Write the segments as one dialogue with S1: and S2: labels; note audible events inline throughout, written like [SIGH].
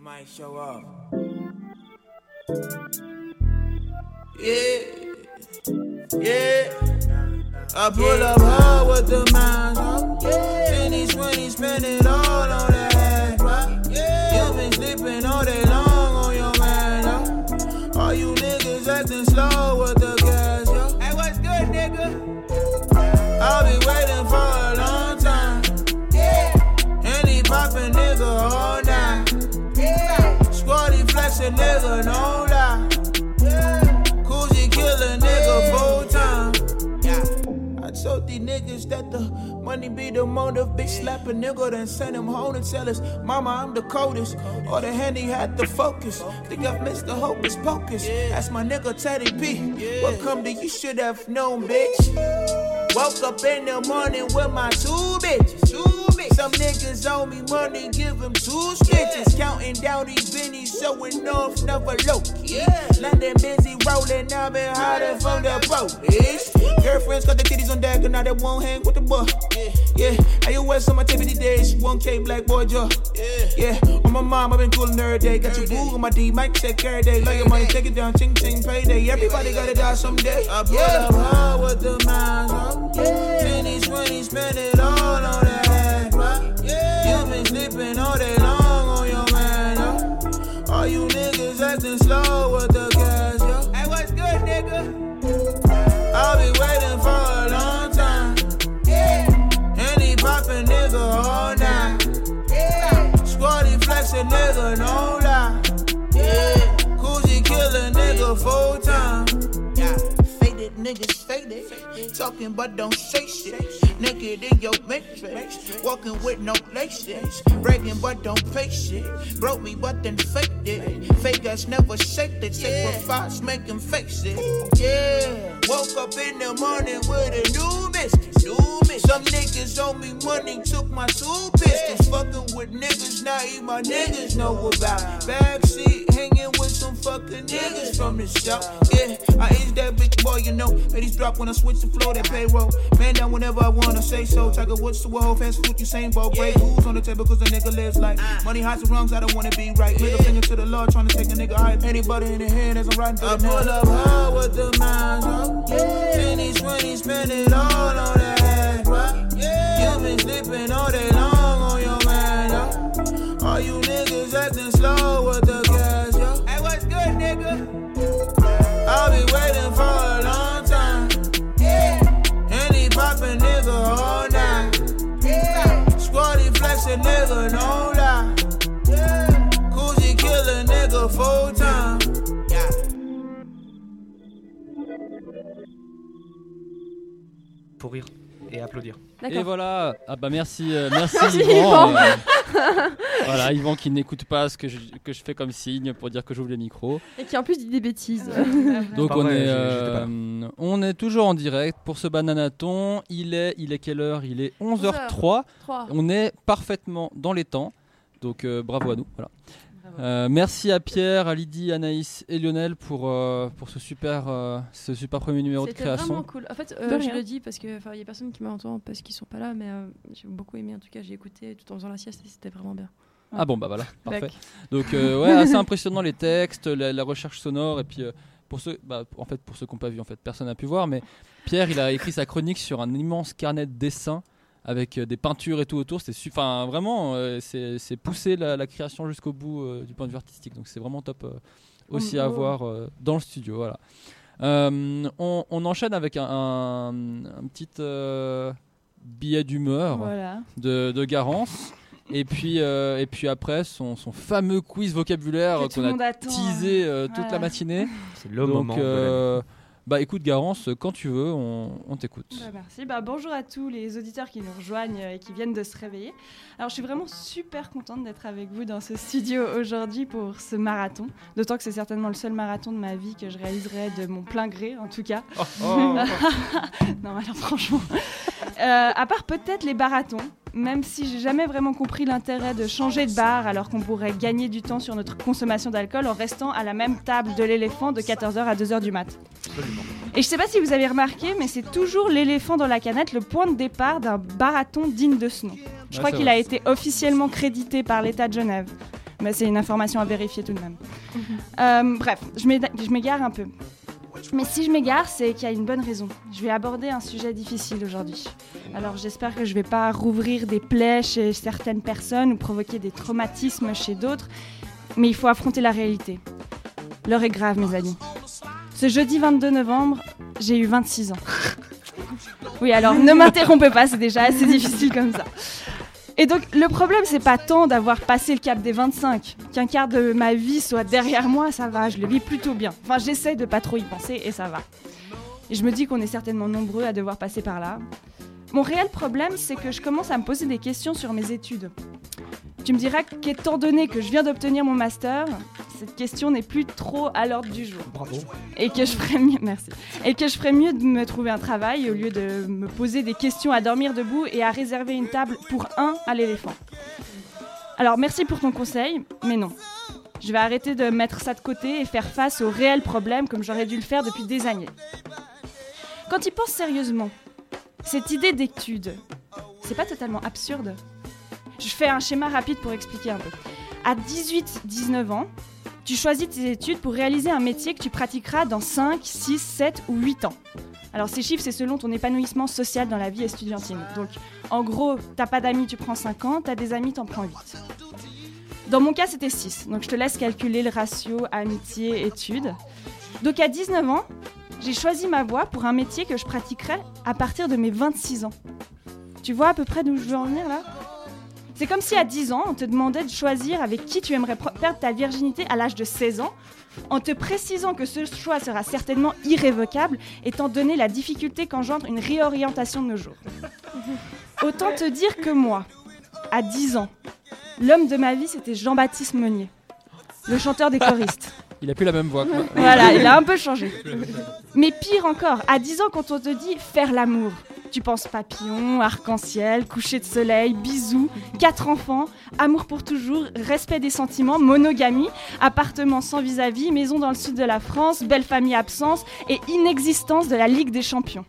S1: might show off. Yeah, yeah. I pull up hard with the mines. huh? Finish 20, spend it all on that ass. bruh. You been sleeping all day long on your man. huh? All you niggas acting slow with the gas. Yo. Hey, what's good, nigga? I'll be waiting for a long time. And he poppin' nigga all night. Squatty flex a nigga, no lie. Coogee kill a nigga full time. I told these niggas that the money be the motive. Bitch slap a nigga, then send him home and tell us, Mama, I'm the coldest. Or the handy had the focus. Think I've missed the hocus pocus. That's my nigga Teddy B. What come to you should have known, bitch. Woke up in the morning with my two bitches. Two bitches. Some niggas owe me money, give them two stitches. Counting down these bennies, showing off, never low key. London busy rolling, I've been hiding from the police. Girlfriends got the titties on deck, and now they won't hang with the boy. Yeah, I you wear some activity days, 1K black boy jaw. Yeah, on my mom, I've been cooling every day. Got you boo on my D, mic check every day. Love your money, take it down, ching ching, payday. Everybody gotta die someday. I pull up hard with the minds up. Finish 20, spend it all on that ass, bruh. You been sleeping all day long on your man, huh? All you niggas acting slow with the gas, yo. Hey, what's good, nigga? I'll be waiting for a long time. And he poppin' nigga all night. Squatty flex a nigga, no lie. Yeah. Coogee kill a nigga full time. Yeah. Faded niggas faded. Talking but don't say shit. Naked in your matrix. Walking with no laces. Breaking but don't pay shit. Broke me but then faked it. Fake us never shaked it. Sacrifice, make him face it. Yeah. Woke up in the morning with a new mistress. New mistress. Some niggas owe me money, took my two pistols. Fucking with niggas, now eat my niggas know about. Backseat hanging with some fucking niggas from the shop. Yeah, I is that bitch boy, you know. Ladies drop when I switch the flow, that payroll. Man down whenever I wanna say so. Tiger Woods to a whole fast food, you same ball. Great rules on the table cause a nigga lives like money high to wrongs, I don't wanna be right. Middle finger to the law, trying to take a nigga hype. Anybody in the head as I'm riding through the pull up hard with the minds up. Finish 20, spend it all on that ass, bruh. You been sleeping all day long on your man, yo. All you niggas acting slow with the gas, yo. Hey, what's good, nigga? I'll be waiting for a long time. And he poppin' nigga all night. Squatty flex a nigga, no lie. Coogee kill a nigga full time.
S2: Pour rire et applaudir.
S3: D'accord.
S4: Et voilà. Ah bah merci, euh, merci,
S3: Merci,
S4: Yvan.
S3: Yvan.
S4: euh, voilà, Yvan qui n'écoute pas ce que je, que je fais comme signe pour dire que j'ouvre les micros.
S3: Et qui en plus dit des bêtises.
S5: Ah,
S4: Donc
S2: Pas
S4: on
S2: vrai,
S4: est,
S2: j'étais pas
S4: euh,
S2: là.
S4: on est toujours en direct pour ce bananaton. Il est, il est quelle heure Il est 11h03.
S3: 3.
S4: On est parfaitement dans les temps. Donc euh, bravo à nous. Voilà. Euh, merci à Pierre, à Lydie, Anaïs et Lionel pour, euh, pour ce, super, euh, ce super premier numéro de
S5: C'était
S4: création.
S5: vraiment cool. En fait,
S3: De
S5: euh, je
S3: rien.
S5: le dis parce que enfin, il y a personne qui m'entend parce qu'ils sont pas là, mais euh, j'ai beaucoup aimé. En tout cas, j'ai écouté tout en faisant la sieste et c'était vraiment bien.
S4: Ah bon, bah voilà, [LAUGHS] parfait.
S3: Bac.
S4: Donc euh, ouais, assez impressionnant les textes, la, la recherche sonore et puis euh, pour ceux, bah, en fait pour ceux qui n'ont pas vu en fait, personne n'a pu voir, mais Pierre il a écrit sa chronique sur un immense carnet de dessins avec euh, des peintures et tout autour. C'est su- enfin vraiment euh, c'est c'est pousser la, la création jusqu'au bout euh, du point de vue artistique. Donc c'est vraiment top euh, aussi à
S3: Oh.
S4: voir euh, dans le studio. Voilà. Euh, on, on enchaîne avec un, un, un petit euh, billet d'humeur
S6: Voilà.
S4: de, de Garance. Et puis, euh, et puis après, son, son fameux quiz vocabulaire
S6: Que tout le
S4: qu'on
S6: monde
S4: a
S6: attend. hein.
S4: teasé euh, toute la
S6: Voilà.
S4: matinée.
S2: [LAUGHS] C'est le
S4: Donc,
S2: moment. de la-
S4: euh, bah écoute, Garance, quand tu veux, on, on t'écoute.
S6: Bah, merci. Bah, bonjour à tous les auditeurs qui nous rejoignent euh, et qui viennent de se réveiller. Alors, je suis vraiment super contente d'être avec vous dans ce studio aujourd'hui pour ce marathon. D'autant que c'est certainement le seul marathon de ma vie que je réaliserai de mon plein gré, en tout cas. [LAUGHS] non, alors franchement. Euh, à part peut-être les marathons, même si j'ai jamais vraiment compris l'intérêt de changer de bar alors qu'on pourrait gagner du temps sur notre consommation d'alcool en restant à la même table de l'éléphant de 14h à 2h du mat. Et je sais pas si vous avez remarqué, mais c'est toujours l'éléphant dans la canette le point de départ d'un marathon digne de ce nom. Je
S4: Ouais,
S6: crois
S4: c'est
S6: qu'il
S4: vrai.
S6: a été officiellement crédité par l'État de Genève. mais c'est une information à vérifier tout de même. Euh, bref, je m'éda- je m'égare un peu. Mais si je m'égare, c'est qu'il y a une bonne raison. Je vais aborder un sujet difficile aujourd'hui. Alors j'espère que je vais pas rouvrir des plaies chez certaines personnes ou provoquer des traumatismes chez d'autres, mais il faut affronter la réalité. L'heure est grave, mes amis. Ce jeudi 22 novembre, j'ai eu 26 ans. [LAUGHS] Oui, alors ne m'interrompez pas, c'est déjà assez difficile comme ça. Et donc le problème, c'est pas tant d'avoir passé le cap des 25, qu'un quart de ma vie soit derrière moi, ça va, je le vis plutôt bien. Enfin, j'essaie de pas trop y penser et ça va. Et je me dis qu'on est certainement nombreux à devoir passer par là. Mon réel problème, c'est que je commence à me poser des questions sur mes études. Tu me diras qu'étant donné que je viens d'obtenir mon master, cette question n'est plus trop à l'ordre du jour
S2: Bravo.
S6: et que je ferais mieux, [LAUGHS] merci, et que je ferais mieux de me trouver un travail au lieu de me poser des questions à dormir debout et à réserver une table pour un à l'éléphant. Alors merci pour ton conseil, mais non. Je vais arrêter de mettre ça de côté et faire face aux réels problèmes comme j'aurais dû le faire depuis des années. Quand il pense sérieusement, cette idée d'étude, c'est pas totalement absurde. Je fais un schéma rapide pour expliquer un peu. À 18-19 ans, tu choisis tes études pour réaliser un métier que tu pratiqueras dans 5, 6, 7 ou 8 ans. Alors ces chiffres, c'est selon ton épanouissement social dans la vie estudiantine. Donc en gros, t'as pas d'amis, tu prends 5 ans, t'as des amis, t'en prends 8. Dans mon cas, c'était 6. Donc je te laisse calculer le ratio amitié-études. Donc à 19 ans, j'ai choisi ma voie pour un métier que je pratiquerai à partir de mes 26 ans. Tu vois à peu près d'où je veux en venir là c'est comme si à 10 ans, on te demandait de choisir avec qui tu aimerais pro- perdre ta virginité à l'âge de 16 ans, en te précisant que ce choix sera certainement irrévocable, étant donné la difficulté qu'engendre une réorientation de nos jours. Autant te dire que moi, à 10 ans, l'homme de ma vie, c'était Jean-Baptiste Meunier, le chanteur des choristes.
S4: Il a plus la même voix. quoi.
S6: [LAUGHS] Voilà, il a un peu changé. Mais pire encore, à 10 ans, quand on te dit faire l'amour, tu penses papillon, arc-en-ciel, coucher de soleil, bisous, quatre enfants, amour pour toujours, respect des sentiments, monogamie, appartement sans vis-à-vis, maison dans le sud de la France, belle famille absence et inexistence de la Ligue des Champions.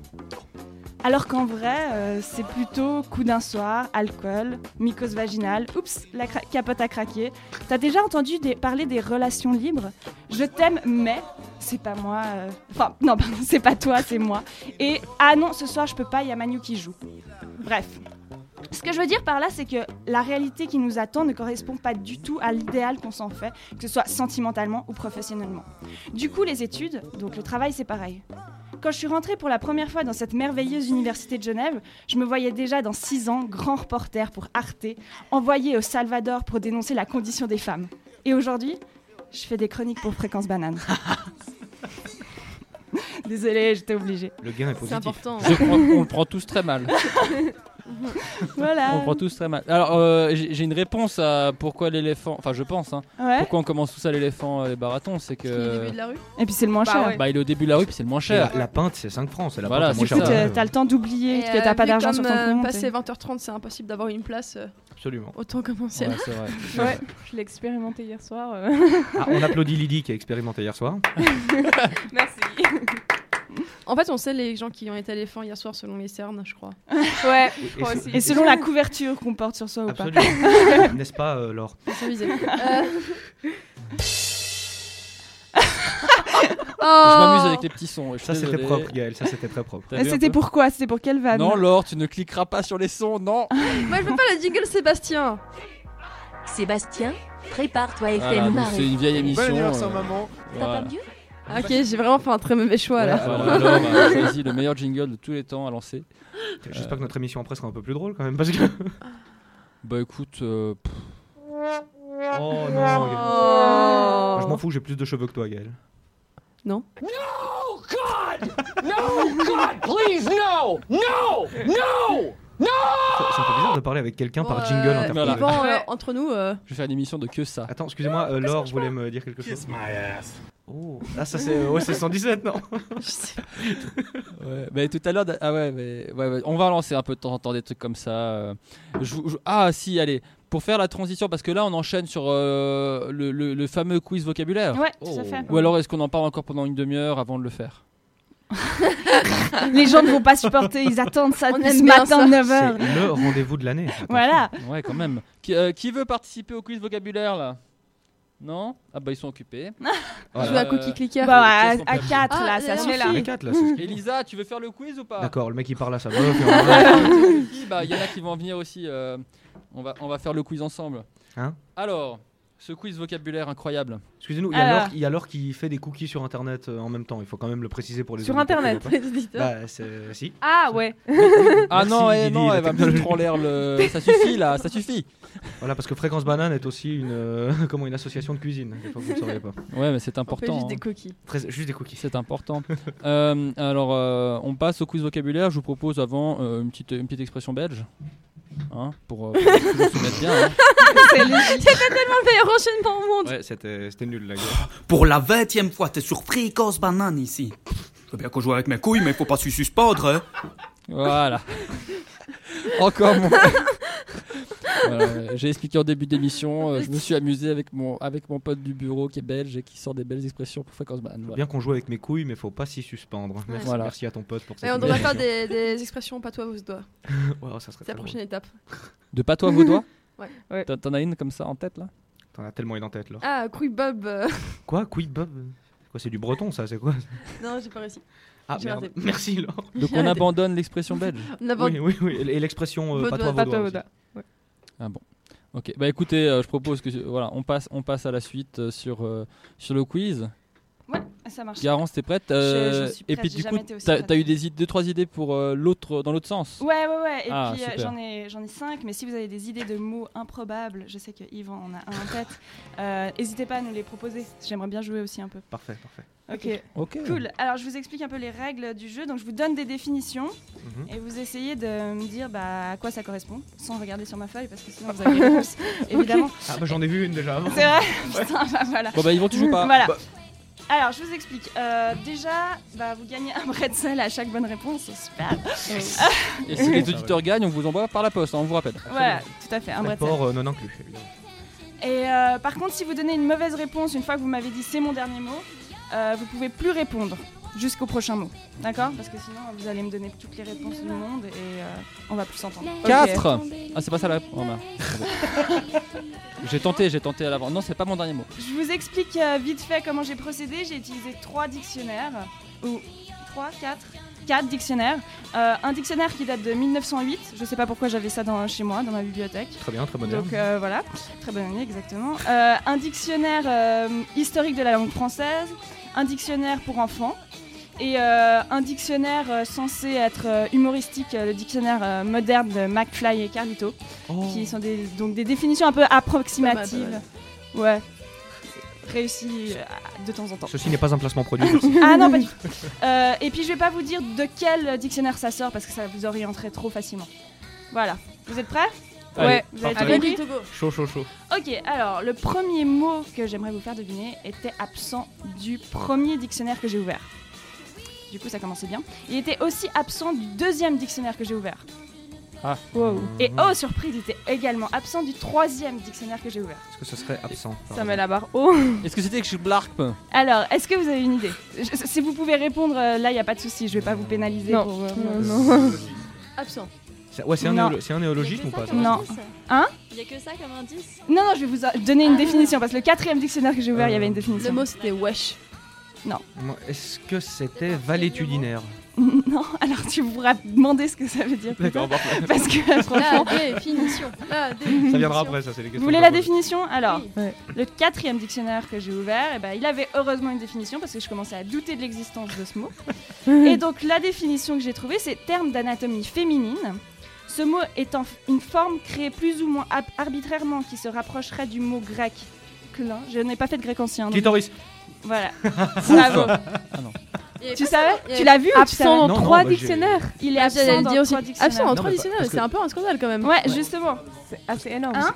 S6: Alors qu'en vrai, euh, c'est plutôt coup d'un soir, alcool, mycose vaginale, oups, la cra- capote a craqué. T'as déjà entendu des- parler des relations libres je t'aime, mais c'est pas moi. euh, Enfin, non, [LAUGHS] pardon, c'est pas toi, c'est moi. Et ah non, ce soir je peux pas, il y a Manu qui joue. Bref. Ce que je veux dire par là, c'est que la réalité qui nous attend ne correspond pas du tout à l'idéal qu'on s'en fait, que ce soit sentimentalement ou professionnellement. Du coup, les études, donc le travail, c'est pareil. Quand je suis rentrée pour la première fois dans cette merveilleuse université de Genève, je me voyais déjà dans 6 ans grand reporter pour Arte, envoyée au Salvador pour dénoncer la condition des femmes. Et aujourd'hui, je fais des chroniques pour Fréquence Banane. Désolée, j'étais obligée.
S2: Le gain est
S5: C'est
S2: positif.
S5: important.
S4: Je crois qu'on le prend tous très mal. On
S6: Voilà.
S4: le prend tous très mal. Alors, euh, j'ai j'ai une réponse à pourquoi l'éléphant. Enfin, je pense. hein.
S6: Ouais.
S4: Pourquoi on commence tous à l'éléphant et les baratons C'est
S5: Qui est au début
S4: que.
S5: de la rue
S6: Et puis c'est le moins
S5: Bah
S6: cher.
S5: ouais.
S4: Bah, il est au début de la rue, puis c'est le moins
S2: Et
S4: cher.
S2: La, la pinte, c'est 5 francs, c'est la
S4: Voilà,
S2: pinte la
S4: c'est
S6: Du
S2: moins
S6: coup,
S4: ça.
S2: chère.
S6: t'as t'as le temps d'oublier que t'as
S5: euh,
S6: pas
S5: vu
S6: d'argent
S5: comme,
S6: sur ton
S5: euh,
S6: compte. hein.
S5: Passer 20h30, c'est impossible d'avoir une place. euh,
S2: Absolument.
S5: Autant commencer.
S4: Ouais,
S5: là.
S4: c'est
S5: [LAUGHS]
S4: vrai.
S6: Ouais, je l'ai expérimenté hier soir.
S5: euh.
S2: Ah, on
S5: [LAUGHS]
S2: applaudit Lydie qui a expérimenté hier soir.
S6: Merci.
S5: En fait, on sait les gens qui ont été éléphants hier soir selon les cernes, je crois. [LAUGHS]
S3: Ouais,
S2: Et
S3: moi
S2: c'est-
S3: aussi.
S6: Et selon la couverture qu'on porte sur soi ou pas. [LAUGHS]
S2: Absolument. N'est-ce pas, euh, Laure
S5: Ils sont [LAUGHS] visés. Oh.
S4: Je m'amuse avec les petits sons. et je suis
S2: Ça, c'était
S4: désolé.
S2: propre, Gaël. Ça, c'était très propre.
S4: T'as
S6: Mais
S4: vu un
S6: Oh C'était
S4: peu
S6: pourquoi C'était pour quelle vanne
S4: Non, Laure, tu ne cliqueras pas sur les sons, non
S5: [LAUGHS]
S6: Ah,
S5: Moi, je veux pas le jingle Sébastien.
S3: Sébastien, prépare-toi
S4: Voilà, donc C'est une vieille émission. euh,
S7: maman.
S4: voilà.
S5: Ah, Ok, j'ai vraiment fait un très mauvais choix là. [LAUGHS]
S4: Voilà, Laure a choisi bah, le meilleur jingle de tous les temps à lancer. Euh.
S2: J'espère que notre émission après sera un peu plus drôle quand même. Parce que...
S4: Bah écoute, euh, pff,
S2: Oh
S8: ναι,
S2: non, Gaël.
S5: Oh.
S2: Moi, Je m'en fous, j'ai plus de cheveux que toi, Gaël. Ça, ça me fait bizarre de parler avec quelqu'un par
S5: Bon,
S2: jingle
S5: euh,
S2: interposé.
S5: Yvan, euh,
S3: Ouais.
S5: entre nous, euh,
S4: je vais faire une émission de que ça.
S2: Attends, excusez-moi, euh, Laure voulait me dire quelque chose. Oh, ah ça c'est ouais, c'est 117
S6: [LAUGHS]
S2: non
S5: je sais.
S4: Ouais, mais tout à l'heure, d'a- ah ouais, mais, ouais, ouais, on va lancer un peu de temps en temps des trucs comme ça. euh. Je vous- je- ah si, allez, pour faire la transition, parce que là on enchaîne sur euh, le, le- le fameux quiz vocabulaire.
S6: Ouais, tout à fait.
S4: Ou alors est-ce qu'on en parle encore pendant une demi-heure avant de le faire
S6: Les gens ne vont pas supporter, ils attendent ça
S5: On
S6: depuis
S5: aime
S6: ce
S5: bien
S6: matin
S5: ça.
S6: 9h.
S2: C'est le rendez-vous de l'année.
S6: Ah, Voilà.
S4: Ouais, quand même. Qui, euh, qui veut participer au quiz vocabulaire là Non Ah bah ils sont
S6: [LAUGHS]
S4: occupés.
S5: Voilà. Joue à Cookie Clicker.
S6: Bah,
S4: Qu'est-ce
S6: à-
S4: qu'on
S6: à
S4: peut-
S6: quatre, là, ça
S5: d'ailleurs,
S6: suffit.
S5: si.
S2: À quatre, là,
S6: [LAUGHS]
S2: ça suffit.
S4: Elisa, tu veux faire le quiz ou pas
S2: D'accord, le mec il parle à sa meuf. [LAUGHS] et on va-
S4: Si, bah, il y en a qui vont venir aussi. euh, on, va, on va faire le quiz ensemble.
S2: Hein
S4: Alors, ce quiz vocabulaire incroyable.
S2: Excusez-nous, il y a
S6: Alors.
S2: Laure- il y a Laure qui fait des cookies sur internet euh, en même temps. Il faut quand même le préciser pour les
S6: Sur
S2: auditeurs qui
S6: Internet.
S2: voient
S5: Les éditeurs.
S2: pas. Bah, c'est- si.
S6: Ah ouais.
S4: [LAUGHS] Ah
S2: Merci,
S4: non, eh,
S2: Didi,
S4: non
S2: la
S4: elle va me
S2: technologie.
S4: foutre en l'air le. Ça suffit là, ça suffit.
S2: Voilà, parce que Fréquence Banane est aussi une, euh, [LAUGHS] comment, une association de cuisine. Des fois, vous ne sauriez pas.
S4: Ouais, mais c'est
S5: On fait
S4: important.
S5: juste des
S4: hein.
S5: coquilles.
S2: Très- juste des cookies.
S4: C'est important. [LAUGHS] Euh, alors, euh, on passe au quiz vocabulaire. Je vous propose avant euh, une, petite, une petite expression belge. Hein, pour, euh, pour toujours se mettre
S5: [LAUGHS]
S4: bien. hein.
S5: Le meilleur enchaînement au monde.
S2: Ouais, c'était c'était nul la gueule.
S7: Pour la vingtième fois, t'es sur Fréquence Banane ici. Très bien qu'on joue avec mes couilles, mais faut pas s'y suspendre, hein.
S4: Voilà. [LAUGHS] Encore mon. Voilà, J'ai expliqué en début d'émission, euh, je me suis amusé avec mon, avec mon pote du bureau qui est belge et qui sort des belles expressions pour fréquence banane. Voilà.
S2: Bien qu'on joue avec mes couilles, mais faut pas s'y suspendre. Merci,
S4: Voilà.
S2: merci à ton pote pour cette
S5: Et on devrait
S2: imitation.
S5: faire des, des expressions patois aux
S2: [LAUGHS]
S5: doigts.
S2: Wow, ça serait
S5: C'est
S2: très
S5: la
S2: drôle.
S5: prochaine étape.
S4: De pas toi vos doigts
S5: Ouais.
S6: Ouais.
S4: T'en- T'en as une comme ça en tête là
S2: T'en as tellement une en tête là.
S5: Ah, couille Bob. euh,
S2: Quoi Couille Bob Quoi, c'est du breton ça C'est quoi
S5: Non, j'ai pas réussi.
S2: Ah
S5: J'ai
S2: merde.
S5: raté.
S2: Merci [LAUGHS] Laure.
S4: [LAUGHS] Donc
S5: J'ai
S4: on
S5: raté.
S4: abandonne l'expression belge.
S5: [LAUGHS] On a
S2: Oui, oui, oui. Et l'expression euh,
S5: Vaudois,
S2: patois
S6: Pas toi,
S2: vaudois. aussi.
S6: Oda.
S4: Ah Ok, bah écoutez, euh, je propose que voilà, on passe, on passe à la suite euh, sur, euh, sur le quiz.
S6: Ouais, ça marche.
S4: Garance, t'es prête euh,
S6: Je- je suis
S4: Et
S6: prête,
S4: puis
S6: j'ai
S4: du coup,
S6: jamais été aussi
S4: t'as
S6: prête.
S4: t'as eu des idées, deux trois idées pour euh, l'autre dans l'autre sens.
S6: Ouais, ouais, ouais. Et
S4: Ah,
S6: puis euh,
S4: super.
S6: j'en ai, j'en ai cinq. Mais si vous avez des idées de mots improbables, je sais que Yves en a un en tête. euh, N'hésitez pas à nous les proposer. J'aimerais bien jouer aussi un peu.
S2: Parfait, parfait.
S6: Ok.
S4: Ok.
S6: Cool. Alors je vous explique un peu les règles du jeu. Donc je vous donne des définitions
S2: Mhm.
S6: et vous essayez de me dire bah, à quoi ça correspond, sans regarder sur ma feuille parce que sinon vous avez les réponses. Évidemment.
S2: Ah bah j'en ai vu une déjà avant.
S6: C'est vrai. [LAUGHS] Putain, bah, voilà.
S4: Bon bah ils vont toujours pas.
S6: Voilà. Alors, je vous explique. Euh, déjà, bah, vous gagnez un [LAUGHS] bretzel à chaque bonne réponse. Super.
S4: Et
S2: Ah,
S4: si les auditeurs gagnent, on vous envoie par la poste, hein, on vous rappelle.
S6: [LAUGHS] Voilà, tout à fait, un bretzel.
S2: L'apport euh, non inclus, évidemment.
S6: Et euh, par contre, si vous donnez une mauvaise réponse une fois que vous m'avez dit c'est mon dernier mot, euh, vous pouvez plus répondre jusqu'au prochain mot. D'accord Parce que sinon, vous allez me donner toutes les réponses du monde et euh, on va plus s'entendre. Ok.
S4: 4 Ah, c'est pas ça la. oh,
S5: [LAUGHS]
S4: merde. j'ai tenté, j'ai tenté à l'avant. Non, c'est pas mon dernier mot.
S6: Je vous explique euh, vite fait comment j'ai procédé. J'ai utilisé trois dictionnaires. Ou trois, quatre Quatre dictionnaires. Euh, un dictionnaire qui date de 1908. Je sais pas pourquoi j'avais ça dans, chez moi, dans ma bibliothèque.
S2: Très bien, très moderne.
S6: Donc euh, voilà, très bonne année exactement. Euh, un dictionnaire euh, historique de la langue française, un dictionnaire pour enfants et euh, un dictionnaire euh, censé être euh, humoristique, euh, le dictionnaire euh, moderne de McFly et Carlito,
S2: Oh.
S6: qui sont des, donc des définitions un peu approximatives.
S5: Pas mal,
S6: Ouais, réussi de temps en temps.
S2: Ceci n'est pas un placement produit. merci.
S6: [LAUGHS] Ah non, pas du tout. Euh, et puis je vais pas vous dire de quel dictionnaire ça sort parce que ça vous orienterait trop facilement. Voilà. Vous êtes prêts
S4: Allez,
S6: Ouais, vous avez tout
S5: Allez,
S6: compris
S5: du Togo.
S2: chaud, chaud, chaud.
S6: Ok, alors le premier mot que j'aimerais vous faire deviner était absent du premier dictionnaire que j'ai ouvert. Du coup, ça commençait bien. Il était aussi absent du deuxième dictionnaire que j'ai ouvert.
S4: Ah.
S6: euh, Wow. Et oh, surprise, il était également absent du troisième dictionnaire que j'ai ouvert.
S2: Est-ce que ce serait absent par
S5: Ça
S2: exemple
S5: met la barre haut.
S4: Est-ce que c'était que je suis blarp
S6: [LAUGHS] Alors, est-ce que vous avez une idée Je- Si vous pouvez répondre, euh, là, il n'y a pas de souci, je vais pas vous pénaliser.
S5: Non.
S6: pour, euh,
S5: Absent.
S2: C'est- Ouais, c'est un,
S6: Non.
S2: néolo- c'est un néologisme ou pas ça
S6: comme Non. Hein
S9: Il y a que ça comme indice
S6: Non, non, je vais vous euh, donner une définition parce que le quatrième dictionnaire que j'ai ouvert, il y avait une
S2: Euh,
S5: Le
S6: définition.
S5: mot c'était wesh.
S2: Moi, Est-ce que c'était valétudinaire
S6: [LAUGHS] Non, alors tu pourras demander ce que ça veut dire. [LAUGHS]
S2: D'accord, parfait.
S6: Parce que
S5: La définition. La définition.
S2: Ça viendra après, ça, c'est les questions.
S6: Vous voulez
S2: qu'on
S6: la
S2: pose.
S6: définition Alors,
S5: Oui.
S6: le quatrième dictionnaire que j'ai ouvert, eh ben, il avait heureusement une définition parce que je commençais à douter de l'existence de ce mot.
S5: Mhm.
S6: Et donc la définition que j'ai trouvée, c'est terme d'anatomie féminine. Ce mot étant f- une forme créée plus ou moins ab- arbitrairement qui se rapprocherait du mot grec clin. Je n'ai pas fait de grec ancien. donc-
S2: Clitoris
S6: Voilà.
S2: [LAUGHS]
S6: Bravo.
S5: Il y avait
S6: Tu
S5: pas-
S6: savais
S5: il y
S6: Tu
S5: avait-
S6: l'as vu ou tu savais
S2: Non,
S5: Absent
S2: non,
S5: dans trois
S2: bah, j'ai-
S5: dictionnaires.
S6: Il est
S5: Ah,
S6: absent
S5: J'allais le
S6: dans
S5: dire aussi.
S6: trois dictionnaires.
S5: Absent dans
S2: Non, mais
S5: trois
S2: pas-
S5: dictionnaires.
S2: parce que-
S5: C'est un peu un scandale quand même.
S6: Ouais, justement. C'est assez énorme. Hein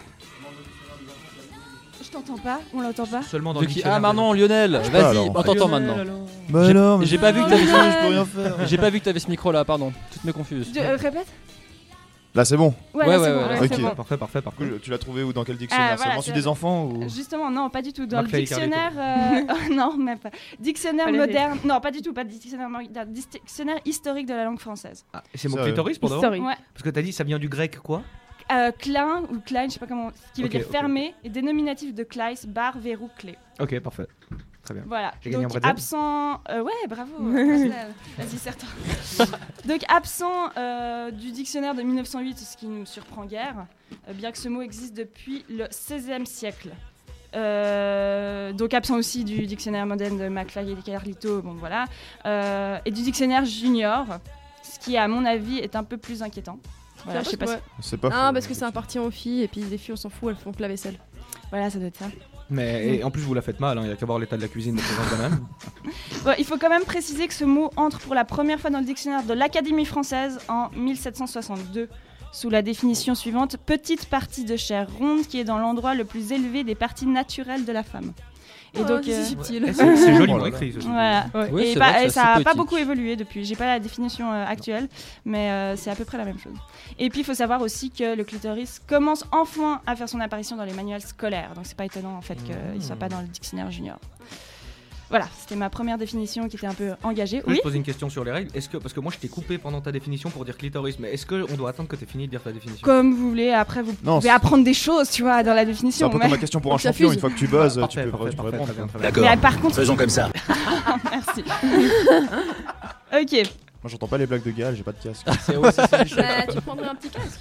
S6: Je t'entends pas On l'entend pas
S2: Seulement dans
S4: De
S2: le
S4: qui Ah,
S2: dictionnaire.
S4: maintenant, Lionel
S10: sais pas,
S4: Vas-y,
S10: alors.
S4: on t'entend maintenant.
S10: Bah
S4: J'ai-
S10: alors, mais
S4: J'ai pas vu que
S10: je
S4: t'avais
S10: peux rien faire.
S4: J'ai pas vu que t'avais ce micro là, pardon. Toutes mes confuses.
S6: Je- euh, Répète
S10: Là, c'est bon.
S6: Ouais,
S4: Ouais,
S6: là,
S4: ouais,
S6: c'est
S4: ouais,
S6: bon,
S4: ouais.
S6: là,
S10: Ok.
S6: c'est bon.
S2: Parfait, parfait,
S10: Du coup,
S2: parfait.
S10: tu l'as trouvé où dans quel dictionnaire
S6: Ah, voilà,
S10: Seulement celui
S6: c'est-
S10: des enfants ou
S6: Ah, Justement, non, pas du tout. Dans
S2: McFly
S6: le
S2: et Carlito.
S6: dictionnaire. euh, [LAUGHS] oh, non, même pas. Dictionnaire
S5: Valérie.
S6: moderne. Non, pas du tout, pas dictionnaire moderne. Dictionnaire historique de la langue française.
S2: Ah, C'est mon
S10: Ça, euh,
S2: clitoris pour d'abord
S5: Historique.
S6: Ouais.
S2: Parce que t'as dit ça vient du grec quoi
S6: euh, Klein ou Klein, je sais pas comment, ce qui veut
S2: Ok,
S6: dire
S2: ok,
S6: fermé, et dénominatif de Kleiss, barre, verrou, clé.
S2: Ok, parfait. Très bien.
S6: Voilà.
S2: J'ai gagné
S6: Donc,
S2: un bretzel.
S6: absent. euh, ouais,
S5: [LAUGHS]
S6: bravo. Miroslav. Vas-y, serre-toi. Donc absent euh, du dictionnaire de 1908, ce qui nous surprend guère, euh, bien que ce mot existe depuis le XVIe siècle. Euh, donc absent aussi du dictionnaire moderne de McFly et Carlito, bon voilà, Euh, et du dictionnaire junior, ce qui à mon avis est un peu plus inquiétant. Voilà, je sais pas. si-
S10: C'est pas
S5: Non,
S10: faux.
S5: parce que c'est un parti en filles et puis les filles, on s'en fout, elles font que la vaisselle.
S6: Voilà, ça doit être ça.
S2: Mais et en plus, vous la faites mal, hein. il n'y a qu'à voir l'état de la cuisine de présent
S6: [LAUGHS]
S2: banane.
S6: Bon, il faut quand même préciser que ce mot entre pour la première fois dans le dictionnaire de l'Académie française en 1762, sous la définition suivante petite partie de chair ronde qui est dans l'endroit le plus élevé des parties naturelles de la femme. Et
S5: Oh,
S6: donc,
S5: c'est
S6: euh,
S5: subtil.
S2: Eh, C'est c'est
S5: [LAUGHS]
S2: joliment
S10: Oh là là.
S2: écrit. ceci dit.
S6: voilà.
S4: Oui,
S6: et
S4: c'est
S6: bah,
S4: vrai que
S6: et
S4: c'est
S6: ça
S4: assez
S6: n'a pas
S4: poétique.
S6: beaucoup évolué depuis. J'ai pas la définition euh, actuelle, mais euh, c'est à peu près la même chose. Et puis, il faut savoir aussi que le clitoris commence enfin à faire son apparition dans les manuels scolaires. Donc, c'est pas étonnant en fait qu'il soit
S10: Hmm.
S6: pas dans le dictionnaire junior. Voilà, c'était ma première définition qui était un peu engagée.
S2: Je
S6: Oui.
S2: te pose une question sur les règles. Est-ce que parce que moi je t'ai coupé pendant ta définition pour dire clitoris, mais est-ce que on doit attendre que t'aies fini de dire ta définition
S6: Comme vous voulez, après vous
S10: Non,
S6: pouvez
S10: c'est-
S6: apprendre des choses, tu vois, dans la
S10: C'est
S6: définition.
S10: un peu
S6: mais-
S10: comme la question
S6: [LAUGHS]
S10: pour
S5: on
S10: un champion,
S5: s'affuse.
S10: une fois que tu buzzes, tu
S2: Parfait,
S10: peux
S2: parfait,
S10: tu peux
S2: parfait,
S10: répondre.
S2: très bien, très bien.
S6: Mais
S7: D'accord,
S6: par contre,
S7: faisons comme ça.
S6: merci. [LAUGHS] ok,
S10: Moi j'entends pas les blagues de Gaël, j'ai pas de
S2: [LAUGHS]
S10: casque.
S4: C'est ouais,
S6: [LAUGHS]
S4: c'est ça. je-
S5: Bah, tu prendrais un petit casque.